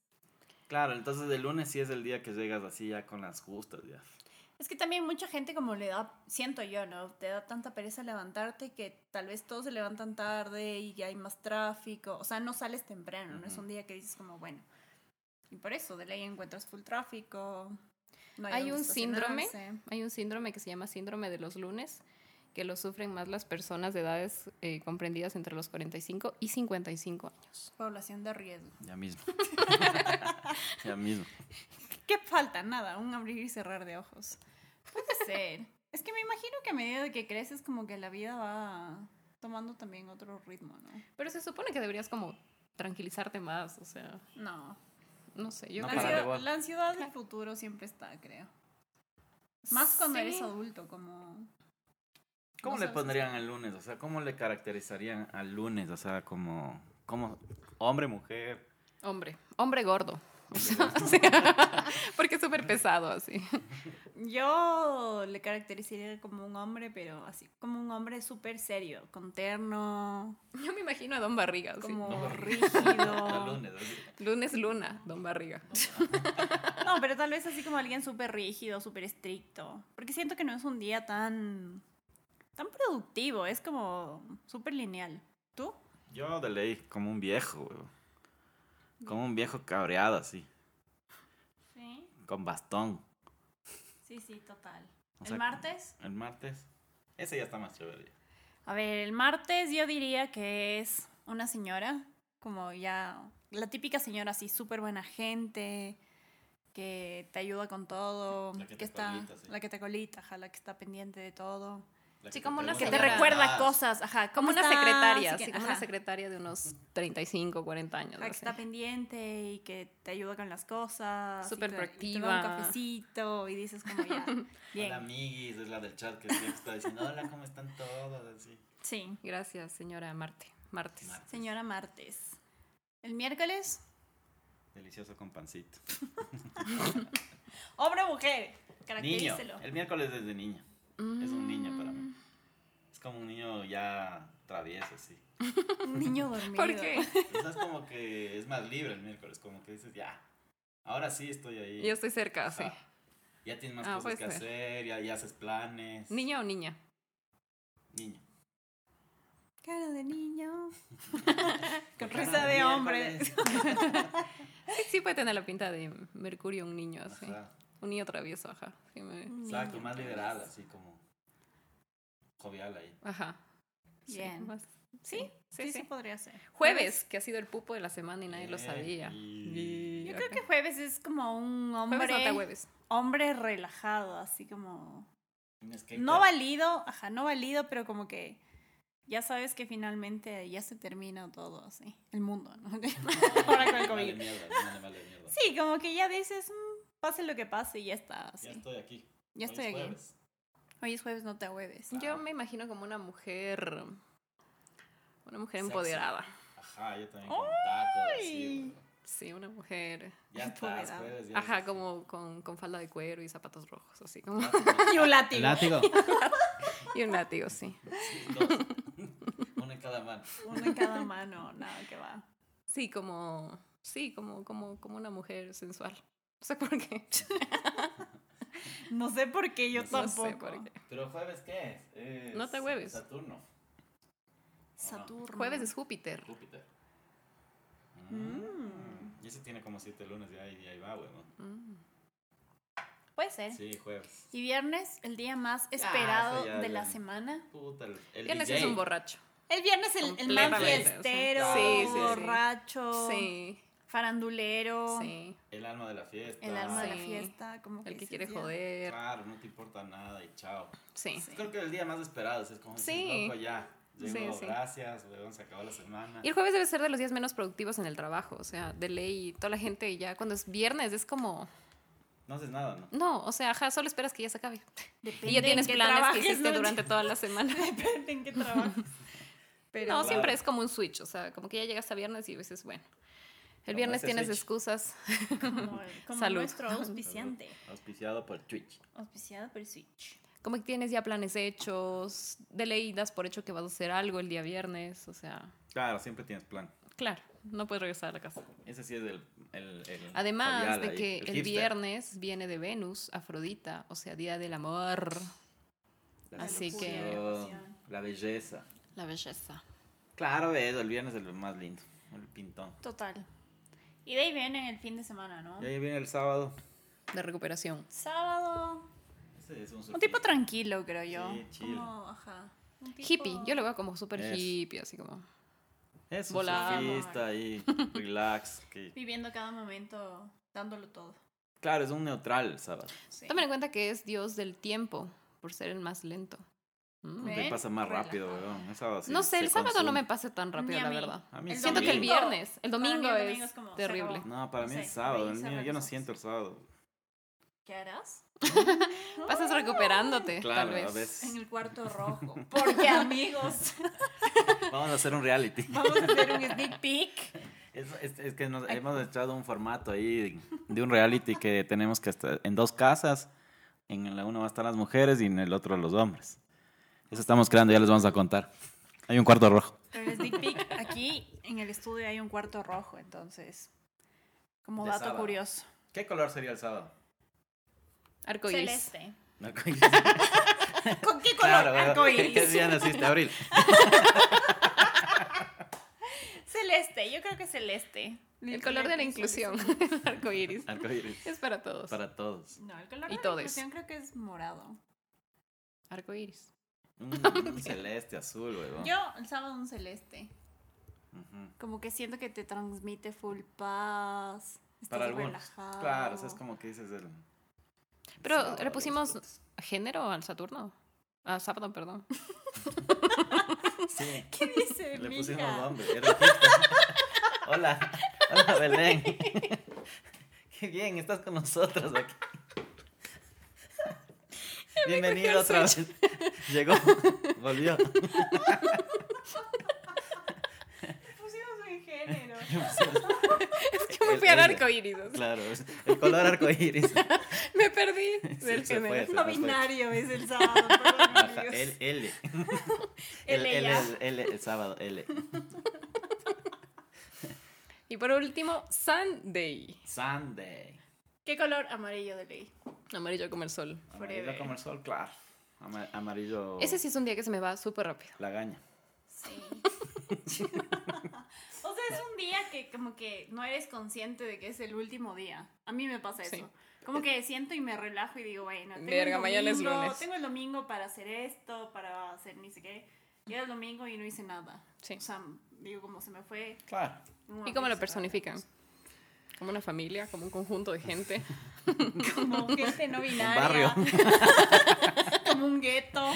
[SPEAKER 1] Claro, entonces el lunes sí es el día que llegas así ya con las justas, ya.
[SPEAKER 2] Es que también mucha gente como le da, siento yo, ¿no? Te da tanta pereza levantarte que tal vez todos se levantan tarde y que hay más tráfico. O sea, no sales temprano, no es
[SPEAKER 1] Ujú.
[SPEAKER 2] un día que dices como, bueno. Y por eso, de ley encuentras full tráfico. no
[SPEAKER 4] Hay
[SPEAKER 2] dónde
[SPEAKER 4] un síndrome.
[SPEAKER 2] estacionarse.
[SPEAKER 4] Hay un síndrome que se llama síndrome de los lunes, que lo sufren más las personas de edades eh, comprendidas entre los 45 y 55 años.
[SPEAKER 2] Población de riesgo.
[SPEAKER 1] Ya mismo. ya mismo.
[SPEAKER 2] ¿Qué falta? Nada, un abrir y cerrar de ojos. Puede ser. Es que me imagino que a medida de que creces como que la vida va tomando también otro ritmo, ¿no?
[SPEAKER 4] Pero se supone que deberías como tranquilizarte más, o sea,
[SPEAKER 2] No.
[SPEAKER 4] no sé. Yo
[SPEAKER 1] No
[SPEAKER 2] La
[SPEAKER 1] para de
[SPEAKER 2] ansiedad,
[SPEAKER 1] bola.
[SPEAKER 2] la ansiedad del futuro siempre está, creo. Más cuando
[SPEAKER 4] Sí.
[SPEAKER 2] eres adulto, como...
[SPEAKER 1] ¿Cómo
[SPEAKER 2] No
[SPEAKER 1] le
[SPEAKER 2] sabes
[SPEAKER 1] pondrían al lunes? O sea, ¿cómo le caracterizarían al lunes? O sea, como, como hombre, mujer.
[SPEAKER 4] Hombre, hombre gordo. O sea, porque es súper pesado así.
[SPEAKER 2] Yo le caracterizaría como un hombre, pero así, como un hombre súper serio, con terno,
[SPEAKER 4] Yo me imagino a Don Barriga. así.
[SPEAKER 2] como
[SPEAKER 1] Ah, No. El
[SPEAKER 2] rígido.
[SPEAKER 1] lunes. así.
[SPEAKER 4] Lunes luna, Don Barriga.
[SPEAKER 2] No, pero tal vez así como alguien súper rígido, súper estricto. Porque siento que no es un día tan, tan productivo, es como súper lineal. ¿Tú?
[SPEAKER 1] Yo de ley, como un viejo, weón. Como un viejo cabreado así,
[SPEAKER 2] Sí,
[SPEAKER 1] con bastón.
[SPEAKER 2] sí, sí, total.
[SPEAKER 1] O sea,
[SPEAKER 2] ¿El martes?
[SPEAKER 1] El martes. Ese ya está más chévere. ya.
[SPEAKER 2] A ver, el martes yo diría que es una señora, como ya la típica señora así, súper buena gente, que te ayuda con todo,
[SPEAKER 1] La que te
[SPEAKER 2] está,
[SPEAKER 1] colita, sí.
[SPEAKER 2] la que te colita, ajá, la que está pendiente de todo.
[SPEAKER 1] La
[SPEAKER 4] Sí,
[SPEAKER 1] que
[SPEAKER 4] como una
[SPEAKER 2] Que
[SPEAKER 1] pregunta
[SPEAKER 2] te
[SPEAKER 4] Señora.
[SPEAKER 2] recuerda
[SPEAKER 1] Ah,
[SPEAKER 2] cosas, ajá.
[SPEAKER 4] Como
[SPEAKER 2] ¿cómo
[SPEAKER 4] una
[SPEAKER 2] estás?
[SPEAKER 4] secretaria,
[SPEAKER 2] Así
[SPEAKER 4] sí,
[SPEAKER 2] que-
[SPEAKER 4] como una
[SPEAKER 2] ajá.
[SPEAKER 4] secretaria de unos 35, 40 años.
[SPEAKER 2] La que
[SPEAKER 4] así.
[SPEAKER 2] está pendiente y que te ayuda con las cosas. y
[SPEAKER 4] Súper
[SPEAKER 2] te- y te da
[SPEAKER 4] proactiva.
[SPEAKER 2] un cafecito y dices como ya,
[SPEAKER 1] Hola,
[SPEAKER 2] bien.
[SPEAKER 1] amiguis, es la del chat que siempre está diciendo, hola, ¿cómo están todos? Así.
[SPEAKER 2] Sí,
[SPEAKER 4] Gracias, señora Marte. Martes.
[SPEAKER 1] Martes.
[SPEAKER 2] señora Martes. El miércoles,
[SPEAKER 1] Delicioso con pancito.
[SPEAKER 2] hombre o mujer,
[SPEAKER 1] Niño.
[SPEAKER 2] caracterícelo.
[SPEAKER 1] El miércoles desde niño. Es un niño para mí.
[SPEAKER 4] Mm,
[SPEAKER 1] Es como un niño ya travieso, así.
[SPEAKER 2] Un niño dormido.
[SPEAKER 4] ¿Por qué?
[SPEAKER 1] Estás como que es más libre el miércoles, como que dices, ya, ahora sí estoy ahí.
[SPEAKER 4] Yo estoy cerca, sí.
[SPEAKER 1] Ajá. Ya tienes más
[SPEAKER 4] Ah,
[SPEAKER 1] cosas
[SPEAKER 4] puede
[SPEAKER 1] que
[SPEAKER 4] ser.
[SPEAKER 1] hacer, ya, ya haces planes.
[SPEAKER 4] ¿Niña o niña?
[SPEAKER 1] Niño.
[SPEAKER 2] Cara de niño. Con
[SPEAKER 1] Porque
[SPEAKER 2] risa
[SPEAKER 1] no,
[SPEAKER 2] de
[SPEAKER 1] miércoles.
[SPEAKER 2] hombre.
[SPEAKER 4] Sí, sí puede tener la pinta de Mercurio un niño así.
[SPEAKER 1] Ajá.
[SPEAKER 4] Un niño travieso, ajá. Sí, me-
[SPEAKER 2] Un
[SPEAKER 1] Exacto,
[SPEAKER 2] niño,
[SPEAKER 1] más
[SPEAKER 2] pues.
[SPEAKER 1] liberal, así como jovial ahí.
[SPEAKER 4] Ajá. Sí,
[SPEAKER 2] Bien.
[SPEAKER 4] más-
[SPEAKER 2] Sí,
[SPEAKER 4] Sí,
[SPEAKER 2] sí,
[SPEAKER 4] sí.
[SPEAKER 2] sí podría ser.
[SPEAKER 4] Jueves, que ha sido el pupo de la semana y nadie lo
[SPEAKER 1] Eh,
[SPEAKER 4] sabía.
[SPEAKER 1] y-
[SPEAKER 2] Yo creo que jueves es como un
[SPEAKER 4] Jueves no te
[SPEAKER 2] hombre,
[SPEAKER 4] hueves.
[SPEAKER 2] hombre relajado, así como
[SPEAKER 1] Tienes que
[SPEAKER 2] no válido, ajá, no válido, pero como que ya sabes que finalmente ya se termina todo, así, el mundo, ¿no? Ahora con el
[SPEAKER 1] Vale
[SPEAKER 2] COVID.
[SPEAKER 1] mierda, no le vale mierda.
[SPEAKER 2] Sí, como que ya dices, "Mm, pase lo que pase y ya está, así.
[SPEAKER 1] Ya estoy aquí.
[SPEAKER 2] Ya
[SPEAKER 1] Hoy
[SPEAKER 2] estoy
[SPEAKER 1] es
[SPEAKER 2] aquí.
[SPEAKER 1] jueves. Ah.
[SPEAKER 2] Hoy es jueves, no te hueves.
[SPEAKER 4] Yo me imagino como una mujer. Una mujer
[SPEAKER 1] Sexy.
[SPEAKER 4] empoderada.
[SPEAKER 1] Ajá, yo también con tacos, así.
[SPEAKER 4] Sí, una mujer.
[SPEAKER 1] Ya estás,
[SPEAKER 2] Empoderada.
[SPEAKER 1] jueves. ya
[SPEAKER 4] Ajá,
[SPEAKER 1] estás.
[SPEAKER 4] como con, con falda de cuero y zapatos rojos, así como.
[SPEAKER 2] Y un látigo.
[SPEAKER 1] látigo.
[SPEAKER 4] Y un látigo, sí.
[SPEAKER 1] Dos. Uno en cada mano.
[SPEAKER 2] Uno en cada mano, nada que va.
[SPEAKER 4] Sí, como. Sí, como, como, como una mujer sensual. No sé por qué.
[SPEAKER 2] No sé por qué yo
[SPEAKER 1] No sé
[SPEAKER 4] No sé
[SPEAKER 2] tampoco.
[SPEAKER 4] por qué.
[SPEAKER 1] Pero jueves, ¿qué es? Es
[SPEAKER 4] No te hueves.
[SPEAKER 1] Saturno.
[SPEAKER 2] Saturno.
[SPEAKER 4] Jueves es Júpiter.
[SPEAKER 1] Júpiter.
[SPEAKER 2] Mm.
[SPEAKER 1] Y ese tiene como siete lunes y ahí, y ahí va, güey, ¿no?
[SPEAKER 4] Mm.
[SPEAKER 2] Puede
[SPEAKER 4] ¿Eh?
[SPEAKER 2] ser.
[SPEAKER 1] Sí, jueves.
[SPEAKER 2] Y viernes, el día más
[SPEAKER 1] eso
[SPEAKER 2] esperado
[SPEAKER 1] ya,
[SPEAKER 2] de
[SPEAKER 1] ya.
[SPEAKER 2] la semana.
[SPEAKER 1] Puta, el, el
[SPEAKER 4] Viernes
[SPEAKER 1] DJ.
[SPEAKER 4] es un borracho.
[SPEAKER 2] El viernes el, el man
[SPEAKER 1] Completamente,
[SPEAKER 2] fiestero,
[SPEAKER 1] sí. Sí, sí, sí.
[SPEAKER 2] borracho,
[SPEAKER 4] Sí,
[SPEAKER 2] farandulero,
[SPEAKER 4] sí.
[SPEAKER 1] El alma de la fiesta.
[SPEAKER 2] el alma de la
[SPEAKER 4] Sí.
[SPEAKER 2] fiesta, como
[SPEAKER 4] El que
[SPEAKER 2] dices,
[SPEAKER 4] quiere
[SPEAKER 2] ya.
[SPEAKER 4] joder.
[SPEAKER 1] Claro, no te importa nada y chao.
[SPEAKER 4] Sí.
[SPEAKER 2] Sí.
[SPEAKER 1] Creo que el día más esperado es como dices,
[SPEAKER 4] Sí.
[SPEAKER 1] loco ya. Llegó,
[SPEAKER 4] Sí, sí.
[SPEAKER 1] gracias, weón, se acabó la semana.
[SPEAKER 4] Y el jueves debe ser de los días menos productivos en el trabajo, o sea, de ley, toda la gente ya cuando es viernes es como,
[SPEAKER 1] No haces nada, ¿no?
[SPEAKER 4] no, o sea, ajá, solo esperas que ya se acabe.
[SPEAKER 2] Depende
[SPEAKER 4] y ya tienes
[SPEAKER 2] en qué
[SPEAKER 4] planes
[SPEAKER 2] trabajes,
[SPEAKER 4] que hiciste
[SPEAKER 2] ¿no?
[SPEAKER 4] durante toda la semana.
[SPEAKER 2] Depende en qué trabajes.
[SPEAKER 4] no,
[SPEAKER 1] Claro.
[SPEAKER 4] siempre es como un switch, o sea, como que ya llegas a viernes y dices, bueno, el
[SPEAKER 1] Como
[SPEAKER 4] viernes
[SPEAKER 1] ese
[SPEAKER 4] tienes
[SPEAKER 1] switch.
[SPEAKER 4] excusas.
[SPEAKER 2] Como, como
[SPEAKER 4] Salud.
[SPEAKER 2] nuestro auspiciante.
[SPEAKER 1] Auspiciado por Twitch.
[SPEAKER 2] Auspiciado por Switch.
[SPEAKER 4] Como que tienes ya planes hechos, de ley das por hecho que vas a hacer algo el día viernes, o sea,
[SPEAKER 1] Claro, siempre tienes plan.
[SPEAKER 4] claro, no puedes regresar a la casa.
[SPEAKER 1] Ese sí es el. el, el
[SPEAKER 4] Además
[SPEAKER 1] jovial
[SPEAKER 4] de
[SPEAKER 1] ahí,
[SPEAKER 4] que el,
[SPEAKER 1] hipster.
[SPEAKER 4] viernes viene de Venus, Afrodita, o sea, día del amor,
[SPEAKER 1] La
[SPEAKER 4] Así
[SPEAKER 1] seducción,
[SPEAKER 2] que-
[SPEAKER 1] La belleza.
[SPEAKER 4] la belleza.
[SPEAKER 1] Claro, eso, el viernes es el más lindo. El pintón.
[SPEAKER 2] Total. Y de ahí viene el fin de semana, ¿no?
[SPEAKER 1] Y ahí viene el sábado.
[SPEAKER 4] de recuperación.
[SPEAKER 2] Sábado.
[SPEAKER 1] Ese es un,
[SPEAKER 2] Un tipo tranquilo, creo yo.
[SPEAKER 1] Sí, chill.
[SPEAKER 2] Como, ajá. Un tipo-
[SPEAKER 4] Hippie, yo lo veo como súper
[SPEAKER 1] Es.
[SPEAKER 4] hippie, así como.
[SPEAKER 1] Es un
[SPEAKER 4] Volamos.
[SPEAKER 1] surfista ahí, relax. que-
[SPEAKER 2] Viviendo cada momento, dándolo todo.
[SPEAKER 1] Claro, es un neutral el sábado.
[SPEAKER 2] Sí.
[SPEAKER 4] Tomen en cuenta que es dios del tiempo, por ser el más lento. Mm.
[SPEAKER 1] No te
[SPEAKER 2] ¿Ven?
[SPEAKER 1] pasa más
[SPEAKER 2] Relajado.
[SPEAKER 1] rápido, weón. El sábado sí
[SPEAKER 4] no sé,
[SPEAKER 1] se
[SPEAKER 4] el sábado no
[SPEAKER 1] consume.
[SPEAKER 4] me pasa tan rápido,
[SPEAKER 2] Ni a
[SPEAKER 4] la
[SPEAKER 2] mí.
[SPEAKER 4] verdad.
[SPEAKER 1] A mí
[SPEAKER 2] El
[SPEAKER 1] sí.
[SPEAKER 4] Siento que el
[SPEAKER 2] domingo.
[SPEAKER 4] viernes, el
[SPEAKER 2] mí el
[SPEAKER 4] domingo,
[SPEAKER 2] domingo
[SPEAKER 4] es,
[SPEAKER 2] es como, se
[SPEAKER 4] terrible.
[SPEAKER 2] acabó.
[SPEAKER 1] No, para mí
[SPEAKER 2] No
[SPEAKER 1] es
[SPEAKER 2] sé,
[SPEAKER 1] sábado.
[SPEAKER 2] ahí
[SPEAKER 1] el mío-
[SPEAKER 2] cerrar
[SPEAKER 1] yo no
[SPEAKER 2] los ojos.
[SPEAKER 1] siento el sábado.
[SPEAKER 2] ¿Qué harás?
[SPEAKER 4] Pasas recuperándote,
[SPEAKER 1] Claro,
[SPEAKER 4] tal vez.
[SPEAKER 1] a veces.
[SPEAKER 2] En el cuarto rojo. Porque, amigos,
[SPEAKER 1] Vamos a hacer un reality.
[SPEAKER 2] vamos a hacer un sneak peek.
[SPEAKER 1] Es, es- es que nos, hemos echado un formato ahí de, de un reality que tenemos que estar en dos casas. En la una va a estar las mujeres y en el otro los hombres. Eso estamos creando, ya les vamos a contar. Hay un cuarto rojo.
[SPEAKER 2] Pero el sneak peek, aquí en el estudio hay un cuarto rojo, entonces. Como
[SPEAKER 1] De
[SPEAKER 2] dato
[SPEAKER 1] sábado.
[SPEAKER 2] curioso.
[SPEAKER 1] ¿Qué color sería el sábado?
[SPEAKER 4] Arcoíris.
[SPEAKER 2] ¿Con qué color? Ah,
[SPEAKER 1] Claro,
[SPEAKER 2] Arcoíris.
[SPEAKER 1] ¿qué día naciste? Abril.
[SPEAKER 2] Celeste, yo creo que celeste.
[SPEAKER 4] El color de la inclusión, el arcoíris.
[SPEAKER 1] Arcoíris.
[SPEAKER 4] Es para todos.
[SPEAKER 1] Para todos.
[SPEAKER 2] No, el color
[SPEAKER 4] Y
[SPEAKER 2] de
[SPEAKER 4] todes.
[SPEAKER 2] la inclusión creo que es morado.
[SPEAKER 4] Arcoíris.
[SPEAKER 1] Un, un celeste, azul, weón.
[SPEAKER 2] Yo el sábado un celeste.
[SPEAKER 1] Ujú.
[SPEAKER 2] Como que siento que te transmite full paz. Estás
[SPEAKER 1] Para algunos.
[SPEAKER 2] relajado. Ah.
[SPEAKER 1] Claro, o sea, es como que dices el. el
[SPEAKER 4] Pero
[SPEAKER 1] sábado
[SPEAKER 4] le
[SPEAKER 1] de los
[SPEAKER 4] pusimos
[SPEAKER 1] putos.
[SPEAKER 4] género al Saturno. Ah, sábado, perdón.
[SPEAKER 1] Sí.
[SPEAKER 2] ¿Qué dice,
[SPEAKER 1] Le
[SPEAKER 2] mija?
[SPEAKER 1] pusimos nombre. Era artista. Hola. Hola, Belén. Qué bien, estás con nosotros aquí. Bienvenido otra vez. Llegó, volvió.
[SPEAKER 2] Le pusimos un género.
[SPEAKER 4] Es que me
[SPEAKER 1] El-
[SPEAKER 4] fui al
[SPEAKER 1] ella.
[SPEAKER 4] arco iris.
[SPEAKER 1] Claro, es el color arcoíris.
[SPEAKER 4] Me perdí
[SPEAKER 1] Sí,
[SPEAKER 4] del
[SPEAKER 1] se fue,
[SPEAKER 4] género.
[SPEAKER 1] se
[SPEAKER 2] No
[SPEAKER 1] nos fue.
[SPEAKER 2] binario es el sábado, por amor
[SPEAKER 1] Ajá,
[SPEAKER 2] de Dios.
[SPEAKER 1] L, L.
[SPEAKER 2] El
[SPEAKER 1] El, L,
[SPEAKER 2] ella.
[SPEAKER 1] el, L, el sábado, L.
[SPEAKER 4] Y por último, Sunday.
[SPEAKER 1] Sunday.
[SPEAKER 2] ¿Qué color amarillo de ley?
[SPEAKER 4] Amarillo como el sol.
[SPEAKER 1] Amarillo
[SPEAKER 2] Forever.
[SPEAKER 1] como el sol, claro. Ama- Amarillo.
[SPEAKER 4] Ese sí es un día que se me va súper rápido.
[SPEAKER 1] La gaña.
[SPEAKER 2] Sí. o sea, es un día que como que no eres consciente de que es el último día. A mí me pasa eso.
[SPEAKER 4] Sí.
[SPEAKER 2] Como que siento y me relajo y digo, bueno, tengo,
[SPEAKER 4] Verga,
[SPEAKER 2] el
[SPEAKER 4] mañana es
[SPEAKER 2] domingo,
[SPEAKER 4] lunes.
[SPEAKER 2] tengo el domingo para hacer esto, para hacer ni sé qué. Llega el domingo y no hice nada.
[SPEAKER 4] Sí.
[SPEAKER 2] O sea, digo, como se me fue.
[SPEAKER 1] Claro.
[SPEAKER 2] un
[SPEAKER 4] ¿Y cómo lo
[SPEAKER 2] abrir, cerrar.
[SPEAKER 4] personifican? Como una familia, como un conjunto de gente.
[SPEAKER 2] Como gente no binaria.
[SPEAKER 1] barrio.
[SPEAKER 2] como un gueto.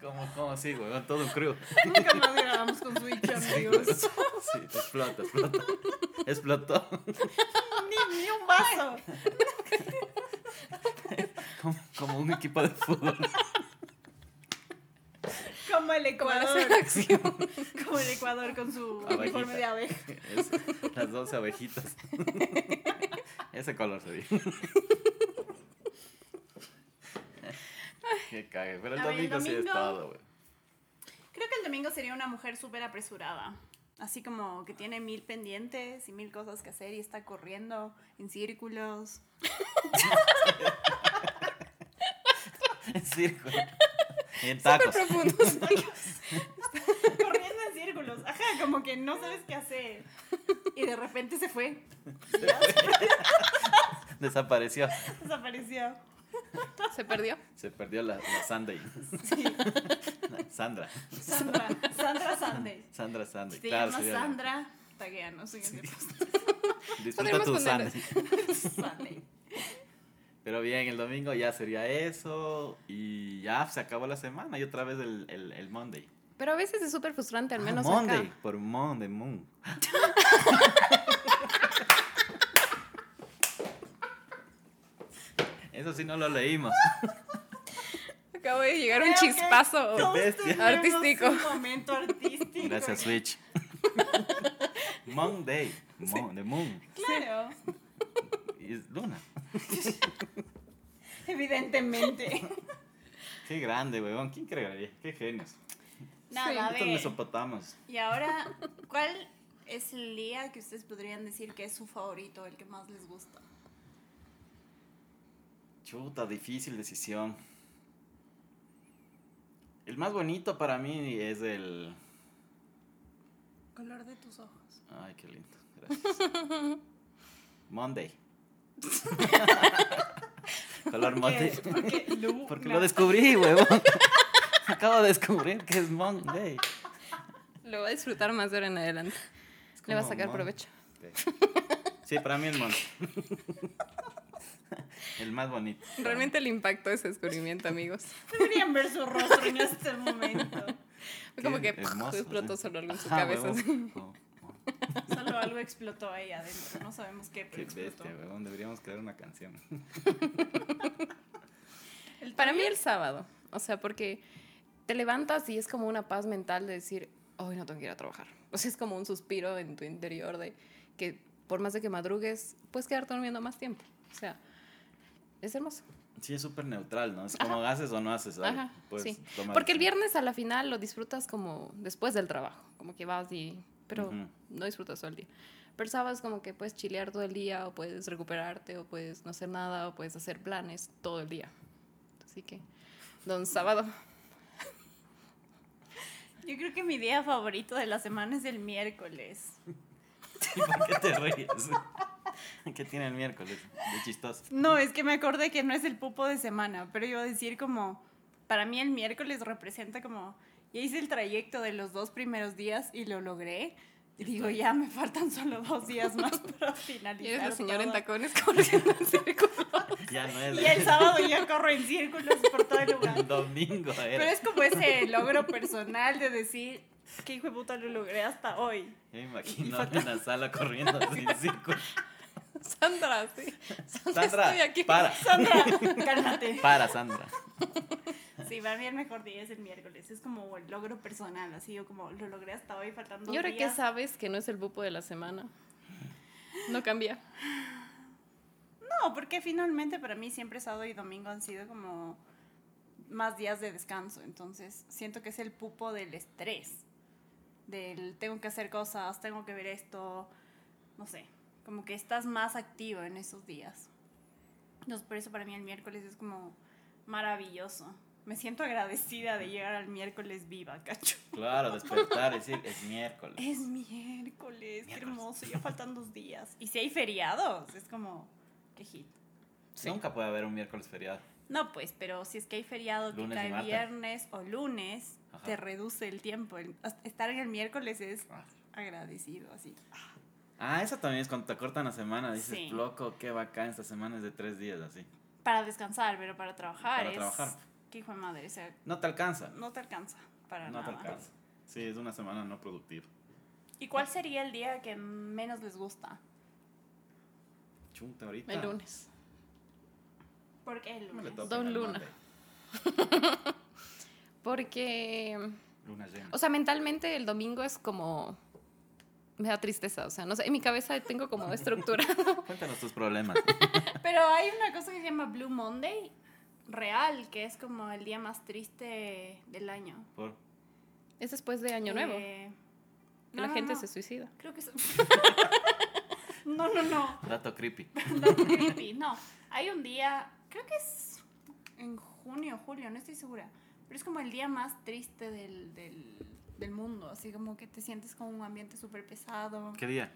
[SPEAKER 1] ¿Cómo, cómo así, weón? Todo un crew.
[SPEAKER 2] Nunca más grabamos con Switch, amigos.
[SPEAKER 1] Sí, explota, explota. Explotó.
[SPEAKER 2] ni, ni un vaso.
[SPEAKER 1] Como, como un equipo de fútbol.
[SPEAKER 2] Como el
[SPEAKER 4] Como la
[SPEAKER 2] Ecuador.
[SPEAKER 4] selección.
[SPEAKER 2] Como el Ecuador con su
[SPEAKER 1] Abejita.
[SPEAKER 2] uniforme de abeja.
[SPEAKER 1] Es- las 12 abejitas. Ese color se dijo. Qué cague. Pero el
[SPEAKER 2] A ver, el
[SPEAKER 1] domingo, sí es
[SPEAKER 2] domingo-
[SPEAKER 1] todo, güey.
[SPEAKER 2] Creo que el domingo sería una mujer súper apresurada. Así como que tiene mil pendientes y mil cosas que hacer y está corriendo en círculos.
[SPEAKER 1] En círculo. Y en
[SPEAKER 4] Súper
[SPEAKER 1] tacos.
[SPEAKER 4] profundo. sí.
[SPEAKER 2] corriendo en círculos. Ajá, como que no sabes qué hacer. Y de repente se fue.
[SPEAKER 1] Desapareció.
[SPEAKER 2] Desapareció.
[SPEAKER 4] Se perdió.
[SPEAKER 1] Se perdió la, la Sunday.
[SPEAKER 2] Sí.
[SPEAKER 1] La Sandra.
[SPEAKER 2] Sandra. Sandra Sande.
[SPEAKER 1] Sandra Sunday.
[SPEAKER 2] Si te
[SPEAKER 1] claro,
[SPEAKER 2] llamas
[SPEAKER 1] sería-
[SPEAKER 2] Sandra, tagueanos. siguiente
[SPEAKER 1] Disfruta
[SPEAKER 4] Podríamos
[SPEAKER 1] tu
[SPEAKER 4] poner-
[SPEAKER 1] Sunday.
[SPEAKER 2] paso. Sande.
[SPEAKER 1] Pero bien, el domingo ya sería eso. Y ya se acabó la semana. Y otra vez el, el, el Monday.
[SPEAKER 4] Pero a veces es súper frustrante, al menos
[SPEAKER 1] Ah, Monday.
[SPEAKER 4] acá.
[SPEAKER 1] Por Monday, Moon. Eso sí no lo leímos.
[SPEAKER 4] Acabo de llegar un
[SPEAKER 2] Creo que
[SPEAKER 4] chispazo.
[SPEAKER 2] todos
[SPEAKER 1] Bestia.
[SPEAKER 2] tuvimos
[SPEAKER 4] Artístico.
[SPEAKER 2] Un momento artístico.
[SPEAKER 1] Gracias, Switch. Monday. Mon, the Moon.
[SPEAKER 2] Claro.
[SPEAKER 1] Y es Luna.
[SPEAKER 2] Evidentemente.
[SPEAKER 1] Qué grande, weón. ¿Quién creería? Qué genios.
[SPEAKER 2] Nada,
[SPEAKER 4] Sí.
[SPEAKER 2] a
[SPEAKER 1] Estos
[SPEAKER 2] ver.
[SPEAKER 1] mesopotamos.
[SPEAKER 2] Y ahora, ¿cuál es el día que ustedes podrían decir que es su favorito, el que más les gusta?
[SPEAKER 1] Chuta, difícil decisión. El más bonito para mí es el.
[SPEAKER 2] Color de tus ojos.
[SPEAKER 1] Ay, qué lindo. Gracias. Monday. Color Monday.
[SPEAKER 2] Porque Lu-
[SPEAKER 1] Porque
[SPEAKER 2] no.
[SPEAKER 1] lo descubrí, huevón. Acabo de descubrir que es Monday.
[SPEAKER 4] Lo va a disfrutar más de ahora en adelante.
[SPEAKER 1] Es
[SPEAKER 4] Le va a
[SPEAKER 1] como
[SPEAKER 4] sacar
[SPEAKER 1] Mon-
[SPEAKER 4] provecho.
[SPEAKER 1] Sí, para mí el Monday. El más bonito.
[SPEAKER 4] Realmente el impacto de ese descubrimiento, amigos.
[SPEAKER 2] Deberían ver su rostro en este momento.
[SPEAKER 1] Qué
[SPEAKER 4] Como que
[SPEAKER 1] hermoso, ¿eh? Ah,
[SPEAKER 4] explotó
[SPEAKER 1] sí.
[SPEAKER 4] solo algo en su
[SPEAKER 1] Ajá,
[SPEAKER 4] cabeza. así.
[SPEAKER 1] huevón. Oh, Como-
[SPEAKER 2] Solo algo explotó ahí adentro. No sabemos qué, pero
[SPEAKER 1] Qué
[SPEAKER 2] explotó.
[SPEAKER 1] bestia, huevón. Deberíamos crear una canción.
[SPEAKER 2] ¿El
[SPEAKER 4] Para mí
[SPEAKER 2] tuyo?
[SPEAKER 4] el sábado, o sea, porque te levantas y es como una paz mental de decir, hoy no tengo que ir a trabajar. O sea, es como un suspiro en tu interior de que por más de que madrugues, puedes quedarte durmiendo más tiempo. O sea, es hermoso.
[SPEAKER 1] Sí, es súper neutral, ¿no? Es como haces o no haces. algo,
[SPEAKER 4] Ajá,
[SPEAKER 1] puedes
[SPEAKER 4] sí.
[SPEAKER 1] tomar
[SPEAKER 4] Porque el
[SPEAKER 1] decisión.
[SPEAKER 4] viernes a la final lo disfrutas como después del trabajo, como que vas y... Pero
[SPEAKER 1] Ujú.
[SPEAKER 4] no disfrutas todo el día. Pero el sábado es como que puedes chilear todo el día, o puedes recuperarte, o puedes no hacer nada, o puedes hacer planes todo el día. Así que, don sábado.
[SPEAKER 2] Yo creo que mi día favorito de la semana es el miércoles.
[SPEAKER 1] ¿Y por qué te ríes? ¿Qué tiene el miércoles? De chistoso.
[SPEAKER 2] No, es que me acordé que no es el pupo de semana, pero iba a decir como, para mí el miércoles representa como, ya hice el trayecto de los dos primeros días y lo logré. Y digo, ya me faltan solo dos días más para
[SPEAKER 4] Y eres
[SPEAKER 2] finalizar.
[SPEAKER 4] la señora en
[SPEAKER 2] todo.
[SPEAKER 4] tacones corriendo en círculo.
[SPEAKER 1] Ya no es.
[SPEAKER 2] Y el sábado yo corro en círculos por todo el lugar.
[SPEAKER 1] El domingo era.
[SPEAKER 2] Pero es como ese logro personal de decir, qué hijo de puta lo logré hasta hoy.
[SPEAKER 1] Yo me imagino en la sala corriendo sin círculo.
[SPEAKER 4] Sandra, sí. Sandra,
[SPEAKER 1] Sandra,
[SPEAKER 4] estoy aquí.
[SPEAKER 1] para.
[SPEAKER 2] Sandra, cálmate.
[SPEAKER 1] Para, Sandra.
[SPEAKER 2] Sí, para mí el mejor día es el miércoles. Es como el logro personal, así yo como lo logré hasta hoy faltando dos
[SPEAKER 4] ¿Y ahora qué
[SPEAKER 2] días.
[SPEAKER 4] sabes que no es el bupo de la semana? No cambia.
[SPEAKER 2] No, porque finalmente para mí siempre sábado y domingo han sido como más días de descanso. Entonces siento que es el pupo del estrés. Del tengo que hacer cosas, tengo que ver esto. No sé. Como que estás más activo en esos días. Entonces por eso para mí el miércoles es como maravilloso. Me siento agradecida de llegar al miércoles viva, cacho.
[SPEAKER 1] Claro, despertar, es decir, es miércoles.
[SPEAKER 2] Es miércoles, qué
[SPEAKER 1] Miércoles.
[SPEAKER 2] hermoso. Ya faltan dos días. Y si hay feriados, es como, qué hit.
[SPEAKER 1] Nunca puede haber un miércoles feriado.
[SPEAKER 2] No, pues, pero si es que hay feriado que
[SPEAKER 1] Lunes y
[SPEAKER 2] cae
[SPEAKER 1] martes.
[SPEAKER 2] viernes o lunes,
[SPEAKER 1] Ajá.
[SPEAKER 2] te reduce el tiempo. El- hasta Estar en el miércoles es
[SPEAKER 1] Ah.
[SPEAKER 2] agradecido, así.
[SPEAKER 1] Ah, eso también es cuando te cortan la semana. Dices,
[SPEAKER 2] Sí.
[SPEAKER 1] loco, qué bacán, esta semana es de tres días así.
[SPEAKER 2] Para descansar, pero para trabajar
[SPEAKER 1] Para
[SPEAKER 2] es...
[SPEAKER 1] trabajar.
[SPEAKER 2] Qué hijo de madre, o sea,
[SPEAKER 1] No te alcanza.
[SPEAKER 2] no te alcanza para
[SPEAKER 1] No te
[SPEAKER 2] nada.
[SPEAKER 1] alcanza. Sí, es una semana no productiva.
[SPEAKER 2] ¿Y cuál sería el día que menos les gusta?
[SPEAKER 1] Chunta ahorita.
[SPEAKER 4] El lunes.
[SPEAKER 2] Porque el
[SPEAKER 1] No le
[SPEAKER 2] lunes.
[SPEAKER 1] toquen
[SPEAKER 4] Don
[SPEAKER 1] al
[SPEAKER 4] Luna.
[SPEAKER 1] Monday.
[SPEAKER 4] Porque,
[SPEAKER 1] Luna llena.
[SPEAKER 4] o sea, mentalmente el domingo es como... Me da tristeza, o sea, no sé, en mi cabeza tengo como estructura.
[SPEAKER 1] Cuéntanos tus problemas.
[SPEAKER 2] Pero hay una cosa que se llama Blue Monday real, que es como el día más triste del año.
[SPEAKER 1] Por...
[SPEAKER 4] es después de Año Nuevo, que
[SPEAKER 2] Eh,
[SPEAKER 4] la
[SPEAKER 2] no,
[SPEAKER 4] gente
[SPEAKER 2] no.
[SPEAKER 4] se suicida.
[SPEAKER 2] Creo que es... no, no, no.
[SPEAKER 1] Dato creepy.
[SPEAKER 2] No, creepy, no. Hay un día, creo que es en junio, julio, no estoy segura, pero es como el día más triste del, del, del mundo, así como que te sientes con un ambiente súper pesado.
[SPEAKER 1] ¿Qué día?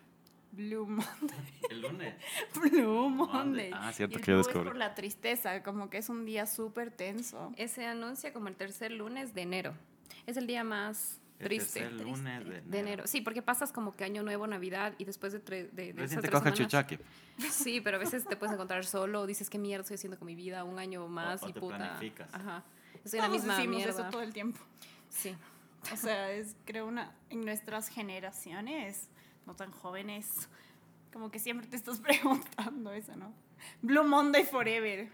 [SPEAKER 2] Blue Monday.
[SPEAKER 1] El lunes.
[SPEAKER 2] Blue Monday.
[SPEAKER 1] Ah, cierto
[SPEAKER 2] Y el
[SPEAKER 1] que yo
[SPEAKER 2] blue
[SPEAKER 1] descubrí.
[SPEAKER 2] Es por la tristeza, como que es un día súper tenso.
[SPEAKER 4] Se anuncia como el tercer lunes de enero. Es el día más
[SPEAKER 1] El
[SPEAKER 4] triste.
[SPEAKER 1] tercer lunes de enero.
[SPEAKER 4] De enero. Sí, porque pasas como que Año Nuevo, Navidad y después de, tre- de, de
[SPEAKER 1] Recién
[SPEAKER 4] esas
[SPEAKER 1] te
[SPEAKER 4] tres
[SPEAKER 1] coge el
[SPEAKER 4] semanas-
[SPEAKER 1] chuchaque.
[SPEAKER 4] Sí, pero a veces te puedes encontrar solo, dices qué mierda estoy haciendo con mi vida, un año más
[SPEAKER 1] o
[SPEAKER 4] y
[SPEAKER 1] te
[SPEAKER 4] puta.
[SPEAKER 1] planificas.
[SPEAKER 4] Ajá. Estoy en la
[SPEAKER 2] Todos
[SPEAKER 4] misma
[SPEAKER 2] decimos
[SPEAKER 4] mierda.
[SPEAKER 2] eso todo el tiempo.
[SPEAKER 4] Sí.
[SPEAKER 2] O sea, es creo una en nuestras generaciones, no tan jóvenes, como que siempre te estás preguntando eso, ¿no? Blue Monday forever.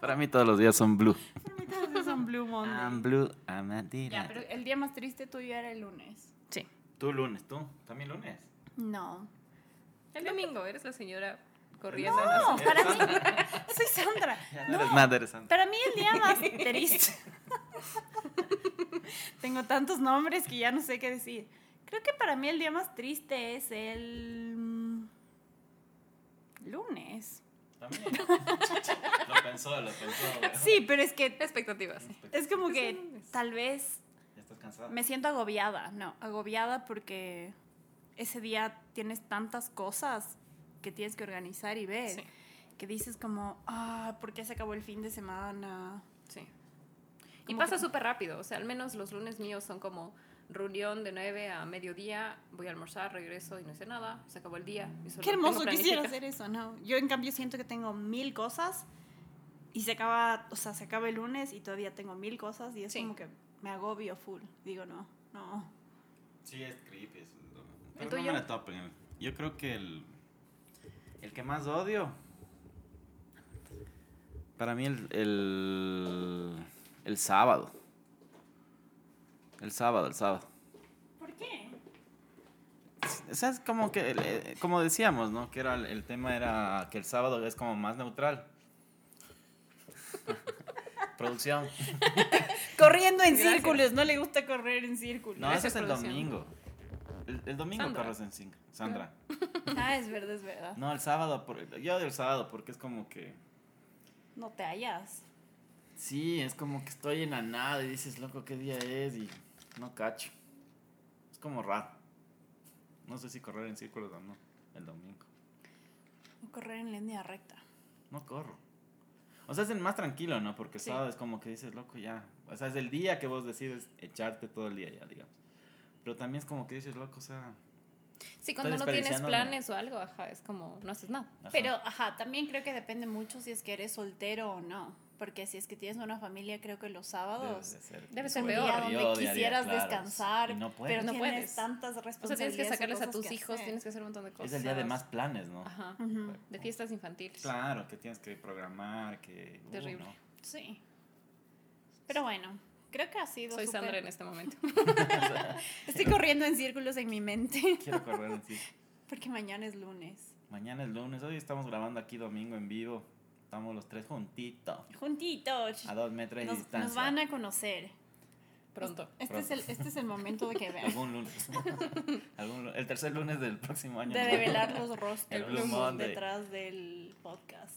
[SPEAKER 1] Para mí todos los días son blue.
[SPEAKER 2] Entonces son Blue Monday.
[SPEAKER 1] I'm blue, I'm
[SPEAKER 2] ya, pero
[SPEAKER 1] mentira.
[SPEAKER 2] el día más triste tuyo era el lunes.
[SPEAKER 4] Sí.
[SPEAKER 1] Tú lunes, tú. También lunes.
[SPEAKER 2] No.
[SPEAKER 4] El domingo eres la señora corriendo.
[SPEAKER 2] No,
[SPEAKER 4] No.
[SPEAKER 2] para mí soy Sandra.
[SPEAKER 1] Ya no,
[SPEAKER 2] No,
[SPEAKER 1] eres nada interesante.
[SPEAKER 2] para mí el día más triste. Tengo tantos nombres que ya no sé qué decir. Creo que para mí el día más triste es el mm, lunes.
[SPEAKER 1] También. lo pensó, lo pensó. güey.
[SPEAKER 2] Sí, pero es que
[SPEAKER 4] Expectativas. sí.
[SPEAKER 2] es como
[SPEAKER 4] Es
[SPEAKER 2] que
[SPEAKER 4] un-
[SPEAKER 2] tal vez
[SPEAKER 1] Ya estás cansado.
[SPEAKER 2] me siento agobiada, no, agobiada porque ese día tienes tantas cosas que tienes que organizar y ver,
[SPEAKER 4] Sí.
[SPEAKER 2] que dices como, ah, ¿por qué se acabó el fin de semana?
[SPEAKER 4] Sí. Y
[SPEAKER 2] Como
[SPEAKER 4] pasa
[SPEAKER 2] que-
[SPEAKER 4] súper rápido. O sea, al menos los lunes míos son como reunión de 9 a mediodía, voy a almorzar, regreso y no hice nada, se acabó el día. y solo
[SPEAKER 2] Qué hermoso
[SPEAKER 4] tengo
[SPEAKER 2] quisiera
[SPEAKER 4] planificado.
[SPEAKER 2] hacer eso, ¿no? Yo en cambio siento que tengo mil cosas y se acaba, o sea, se acaba el lunes y todavía tengo mil cosas y es
[SPEAKER 4] Sí.
[SPEAKER 2] como que me agobio full. Digo, no, no.
[SPEAKER 1] Sí, es creepy. es-
[SPEAKER 4] ¿El
[SPEAKER 1] pero no
[SPEAKER 4] tuyo?
[SPEAKER 1] me la topen. eh. Yo creo que el, el que más odio. Para mí, el, el, el sábado. El sábado, el sábado.
[SPEAKER 2] ¿Por qué?
[SPEAKER 1] O sea, es como que, eh, como decíamos, ¿no? Que era, el- el tema era que el sábado es como más neutral. Producción.
[SPEAKER 2] Corriendo en
[SPEAKER 4] Gracias.
[SPEAKER 2] círculos, no le gusta correr en círculos.
[SPEAKER 1] No, ese
[SPEAKER 4] Gracias,
[SPEAKER 1] es el
[SPEAKER 4] producción.
[SPEAKER 1] domingo. El, el domingo
[SPEAKER 4] Sandra.
[SPEAKER 1] corres en cinco. Sandra.
[SPEAKER 2] Ah, es verdad, es verdad.
[SPEAKER 1] No, el sábado. por- yo odio el sábado porque es como que.
[SPEAKER 2] No te hallas.
[SPEAKER 1] Sí, es como que estoy en la nada y dices, loco, ¿qué día es? Y no cacho. Es como raro. No sé si correr en círculos o no el domingo.
[SPEAKER 2] Correr en línea recta.
[SPEAKER 1] No corro. O sea, es el más tranquilo, ¿no? Porque el
[SPEAKER 4] Sí.
[SPEAKER 1] sábado es como que dices, loco, ya. O sea, es el día que vos decides echarte todo el día ya, digamos. Pero también es como que dices, loco, o sea,
[SPEAKER 4] Sí, cuando no
[SPEAKER 1] Estoy
[SPEAKER 4] tienes
[SPEAKER 1] desperdiciando-
[SPEAKER 4] planes o algo, ajá, es como no haces nada.
[SPEAKER 1] Ajá.
[SPEAKER 2] Pero, ajá, también creo que depende mucho si es que eres soltero o no. Porque si es que tienes una familia, creo que
[SPEAKER 1] Debe
[SPEAKER 2] los sábados.
[SPEAKER 1] de ser,
[SPEAKER 4] Debe
[SPEAKER 2] es
[SPEAKER 4] ser
[SPEAKER 2] un
[SPEAKER 4] peor.
[SPEAKER 2] día
[SPEAKER 1] Yo
[SPEAKER 2] donde
[SPEAKER 1] odiaría,
[SPEAKER 2] quisieras
[SPEAKER 1] claro,
[SPEAKER 2] descansar,
[SPEAKER 1] y no puedes.
[SPEAKER 2] pero
[SPEAKER 4] No
[SPEAKER 2] tienes
[SPEAKER 4] puedes.
[SPEAKER 2] tantas
[SPEAKER 4] O sea, tienes
[SPEAKER 2] responsabilidades.
[SPEAKER 4] que
[SPEAKER 2] y
[SPEAKER 4] sacarles a
[SPEAKER 2] cosas
[SPEAKER 4] tus
[SPEAKER 2] que
[SPEAKER 4] hijos,
[SPEAKER 2] hacer.
[SPEAKER 4] tienes que hacer un montón de cosas.
[SPEAKER 1] es el día de más planes, ¿no?
[SPEAKER 4] Ajá,
[SPEAKER 2] Ujú.
[SPEAKER 4] de fiestas infantiles.
[SPEAKER 1] Claro, que tienes que programar, que... uh,
[SPEAKER 4] Terrible.
[SPEAKER 1] no.
[SPEAKER 2] Sí. Pero bueno, creo que ha sido.
[SPEAKER 4] Soy
[SPEAKER 2] súper-
[SPEAKER 4] Sandra en este momento.
[SPEAKER 2] Estoy corriendo en círculos en mi mente.
[SPEAKER 1] Quiero correr en sí.
[SPEAKER 2] Porque mañana es lunes.
[SPEAKER 1] Mañana es lunes, hoy estamos grabando aquí domingo en vivo. Estamos los tres juntitos,
[SPEAKER 2] Juntitos.
[SPEAKER 1] a dos metros de
[SPEAKER 2] Nos,
[SPEAKER 1] distancia.
[SPEAKER 2] nos van a conocer.
[SPEAKER 4] Pronto.
[SPEAKER 2] Este es el, este es el momento de que vean.
[SPEAKER 1] Algún lunes. Algún lu- El tercer lunes del próximo año.
[SPEAKER 2] De
[SPEAKER 1] ¿no?
[SPEAKER 2] develar los
[SPEAKER 1] El
[SPEAKER 2] rostros
[SPEAKER 1] Blue Monday.
[SPEAKER 2] detrás del podcast.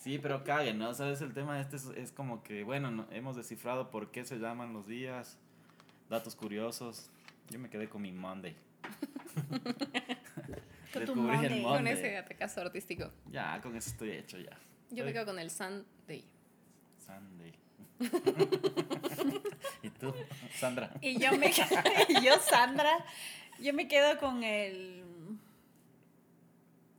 [SPEAKER 1] Sí, pero caguen, ¿no? ¿Sabes? El tema este es, es como que, bueno, no- hemos descifrado por qué se llaman los días, datos curiosos. Yo me quedé con mi Monday.
[SPEAKER 2] Con tu
[SPEAKER 1] Descubrí el
[SPEAKER 2] Monday. Con
[SPEAKER 4] Con
[SPEAKER 1] Monday.
[SPEAKER 4] ese atacazo artístico.
[SPEAKER 1] Ya, con eso estoy hecho ya.
[SPEAKER 4] Yo me
[SPEAKER 1] Estoy-
[SPEAKER 4] quedo con el Sunday.
[SPEAKER 1] Sunday. ¿Y tú, Sandra?
[SPEAKER 2] Y yo me y yo Sandra, yo me quedo con el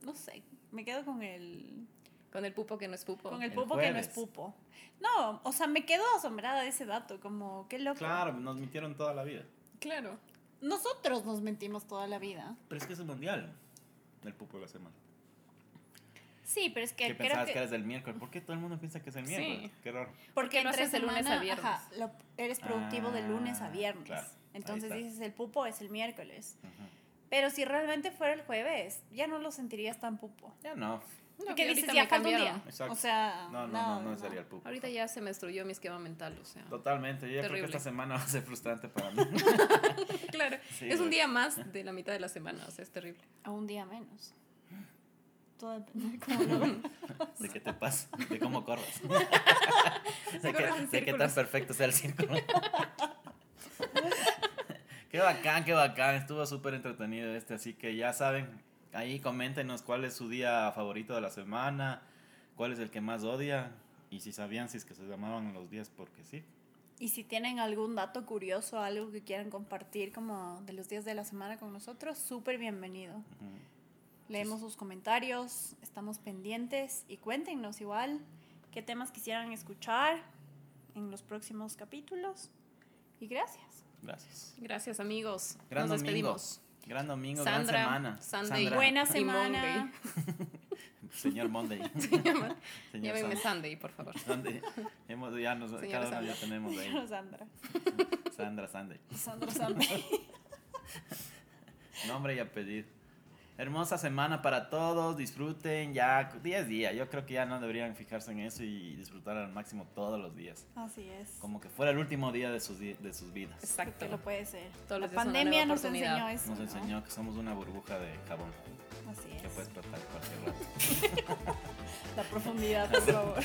[SPEAKER 2] no sé, me quedo con el
[SPEAKER 4] Con el pupo que no es pupo.
[SPEAKER 2] con el
[SPEAKER 1] El
[SPEAKER 2] pupo que no
[SPEAKER 1] jueves.
[SPEAKER 2] es pupo. No, o sea, me quedo asombrada de ese dato, como qué loco.
[SPEAKER 1] Claro, nos mintieron toda la vida.
[SPEAKER 4] Claro.
[SPEAKER 2] Nosotros nos mentimos toda la vida.
[SPEAKER 1] Pero es que es el mundial. El pupo de la semana.
[SPEAKER 2] Sí, pero es que
[SPEAKER 1] ¿Qué
[SPEAKER 2] creo
[SPEAKER 1] pensabas
[SPEAKER 2] que,
[SPEAKER 1] que... eres del miércoles? ¿Por qué todo el mundo piensa que es el
[SPEAKER 4] Sí.
[SPEAKER 1] miércoles? Qué raro.
[SPEAKER 2] porque
[SPEAKER 4] qué no
[SPEAKER 2] entre
[SPEAKER 4] haces de lunes a
[SPEAKER 2] semana,
[SPEAKER 4] viernes?
[SPEAKER 2] ajá, lo- eres productivo de lunes a
[SPEAKER 1] Ah,
[SPEAKER 2] viernes.
[SPEAKER 1] claro, ahí
[SPEAKER 2] Entonces
[SPEAKER 1] está.
[SPEAKER 2] dices el pupo es el miércoles.
[SPEAKER 1] Ajá.
[SPEAKER 2] Pero si realmente fuera el jueves, ya no lo sentirías tan pupo.
[SPEAKER 1] Ya no.
[SPEAKER 4] No,
[SPEAKER 2] ¿Qué
[SPEAKER 4] que
[SPEAKER 2] dices?
[SPEAKER 4] ahorita
[SPEAKER 2] Ya
[SPEAKER 4] me
[SPEAKER 2] falta un día.
[SPEAKER 4] cambiaron.
[SPEAKER 1] Exacto.
[SPEAKER 2] O sea,
[SPEAKER 1] No, no, no, no, sería el pupo.
[SPEAKER 4] Ahorita ya se me destruyó mi esquema mental, o sea.
[SPEAKER 1] Totalmente, yo ya creo que
[SPEAKER 4] Terrible.
[SPEAKER 1] esta semana va a ser frustrante para mí.
[SPEAKER 4] Claro.
[SPEAKER 1] Sí,
[SPEAKER 4] es un
[SPEAKER 1] güey.
[SPEAKER 4] día más de la mitad de la semana, o sea, es terrible.
[SPEAKER 2] A un día menos. Todo depende de cómo lo veas.
[SPEAKER 1] de qué te pasa, de cómo corres. de,
[SPEAKER 4] corres
[SPEAKER 1] qué,
[SPEAKER 4] en
[SPEAKER 1] de qué tan
[SPEAKER 4] círculos.
[SPEAKER 1] perfecto sea el círculo. qué bacán, qué bacán, estuvo súper entretenido este, así que ya saben, ahí coméntenos cuál es su día favorito de la semana, cuál es el que más odia y si sabían si es que se llamaban los días porque sí.
[SPEAKER 2] Y si tienen algún dato curioso, algo que quieran compartir como de los días de la semana con nosotros, súper bienvenido.
[SPEAKER 1] Ujú.
[SPEAKER 2] Leemos sus comentarios, estamos pendientes y cuéntenos igual qué temas quisieran escuchar en los próximos capítulos. Y gracias.
[SPEAKER 1] Gracias.
[SPEAKER 4] Gracias, amigos.
[SPEAKER 1] Gran
[SPEAKER 4] Nos
[SPEAKER 1] domingo.
[SPEAKER 4] despedimos.
[SPEAKER 1] Gran domingo,
[SPEAKER 4] Sandra,
[SPEAKER 1] gran semana.
[SPEAKER 4] Sunday.
[SPEAKER 1] Sandra,
[SPEAKER 2] Buena
[SPEAKER 4] Y
[SPEAKER 2] semana.
[SPEAKER 1] Señor Monday. Señor
[SPEAKER 4] Llámenme
[SPEAKER 1] Sandra.
[SPEAKER 4] Sunday, por favor.
[SPEAKER 1] Sunday. Hemos, ya nos,
[SPEAKER 4] Señora
[SPEAKER 1] cada uno
[SPEAKER 4] Sandra.
[SPEAKER 1] ya tenemos ahí.
[SPEAKER 2] Sandra.
[SPEAKER 1] Sandra Sunday.
[SPEAKER 2] Sandra, Sandra.
[SPEAKER 1] Nombre y apellido. Hermosa semana para todos, disfruten ya, 10 días, yo creo que ya no deberían fijarse en eso y disfrutar al máximo todos los días,
[SPEAKER 2] Así es.
[SPEAKER 1] como que fuera el último día de sus, di- de sus vidas.
[SPEAKER 4] Exacto.
[SPEAKER 2] Que lo puede ser.
[SPEAKER 4] Todos
[SPEAKER 2] la
[SPEAKER 4] los días son una nueva
[SPEAKER 2] pandemia nos
[SPEAKER 4] oportunidad.
[SPEAKER 2] enseñó eso.
[SPEAKER 1] Nos
[SPEAKER 2] ¿no?
[SPEAKER 1] enseñó que somos una burbuja de jabón,
[SPEAKER 2] Así
[SPEAKER 1] que
[SPEAKER 4] pues
[SPEAKER 1] puedes
[SPEAKER 2] es.
[SPEAKER 1] tratar cualquier rato.
[SPEAKER 2] La profundidad, por favor.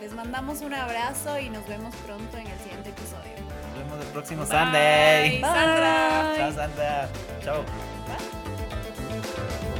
[SPEAKER 2] Les mandamos un abrazo y nos vemos pronto en el siguiente episodio.
[SPEAKER 1] Nos vemos el próximo
[SPEAKER 4] Bye,
[SPEAKER 1] Sunday.
[SPEAKER 4] Sandra.
[SPEAKER 1] Chao Sandra. Chao.
[SPEAKER 2] Bye.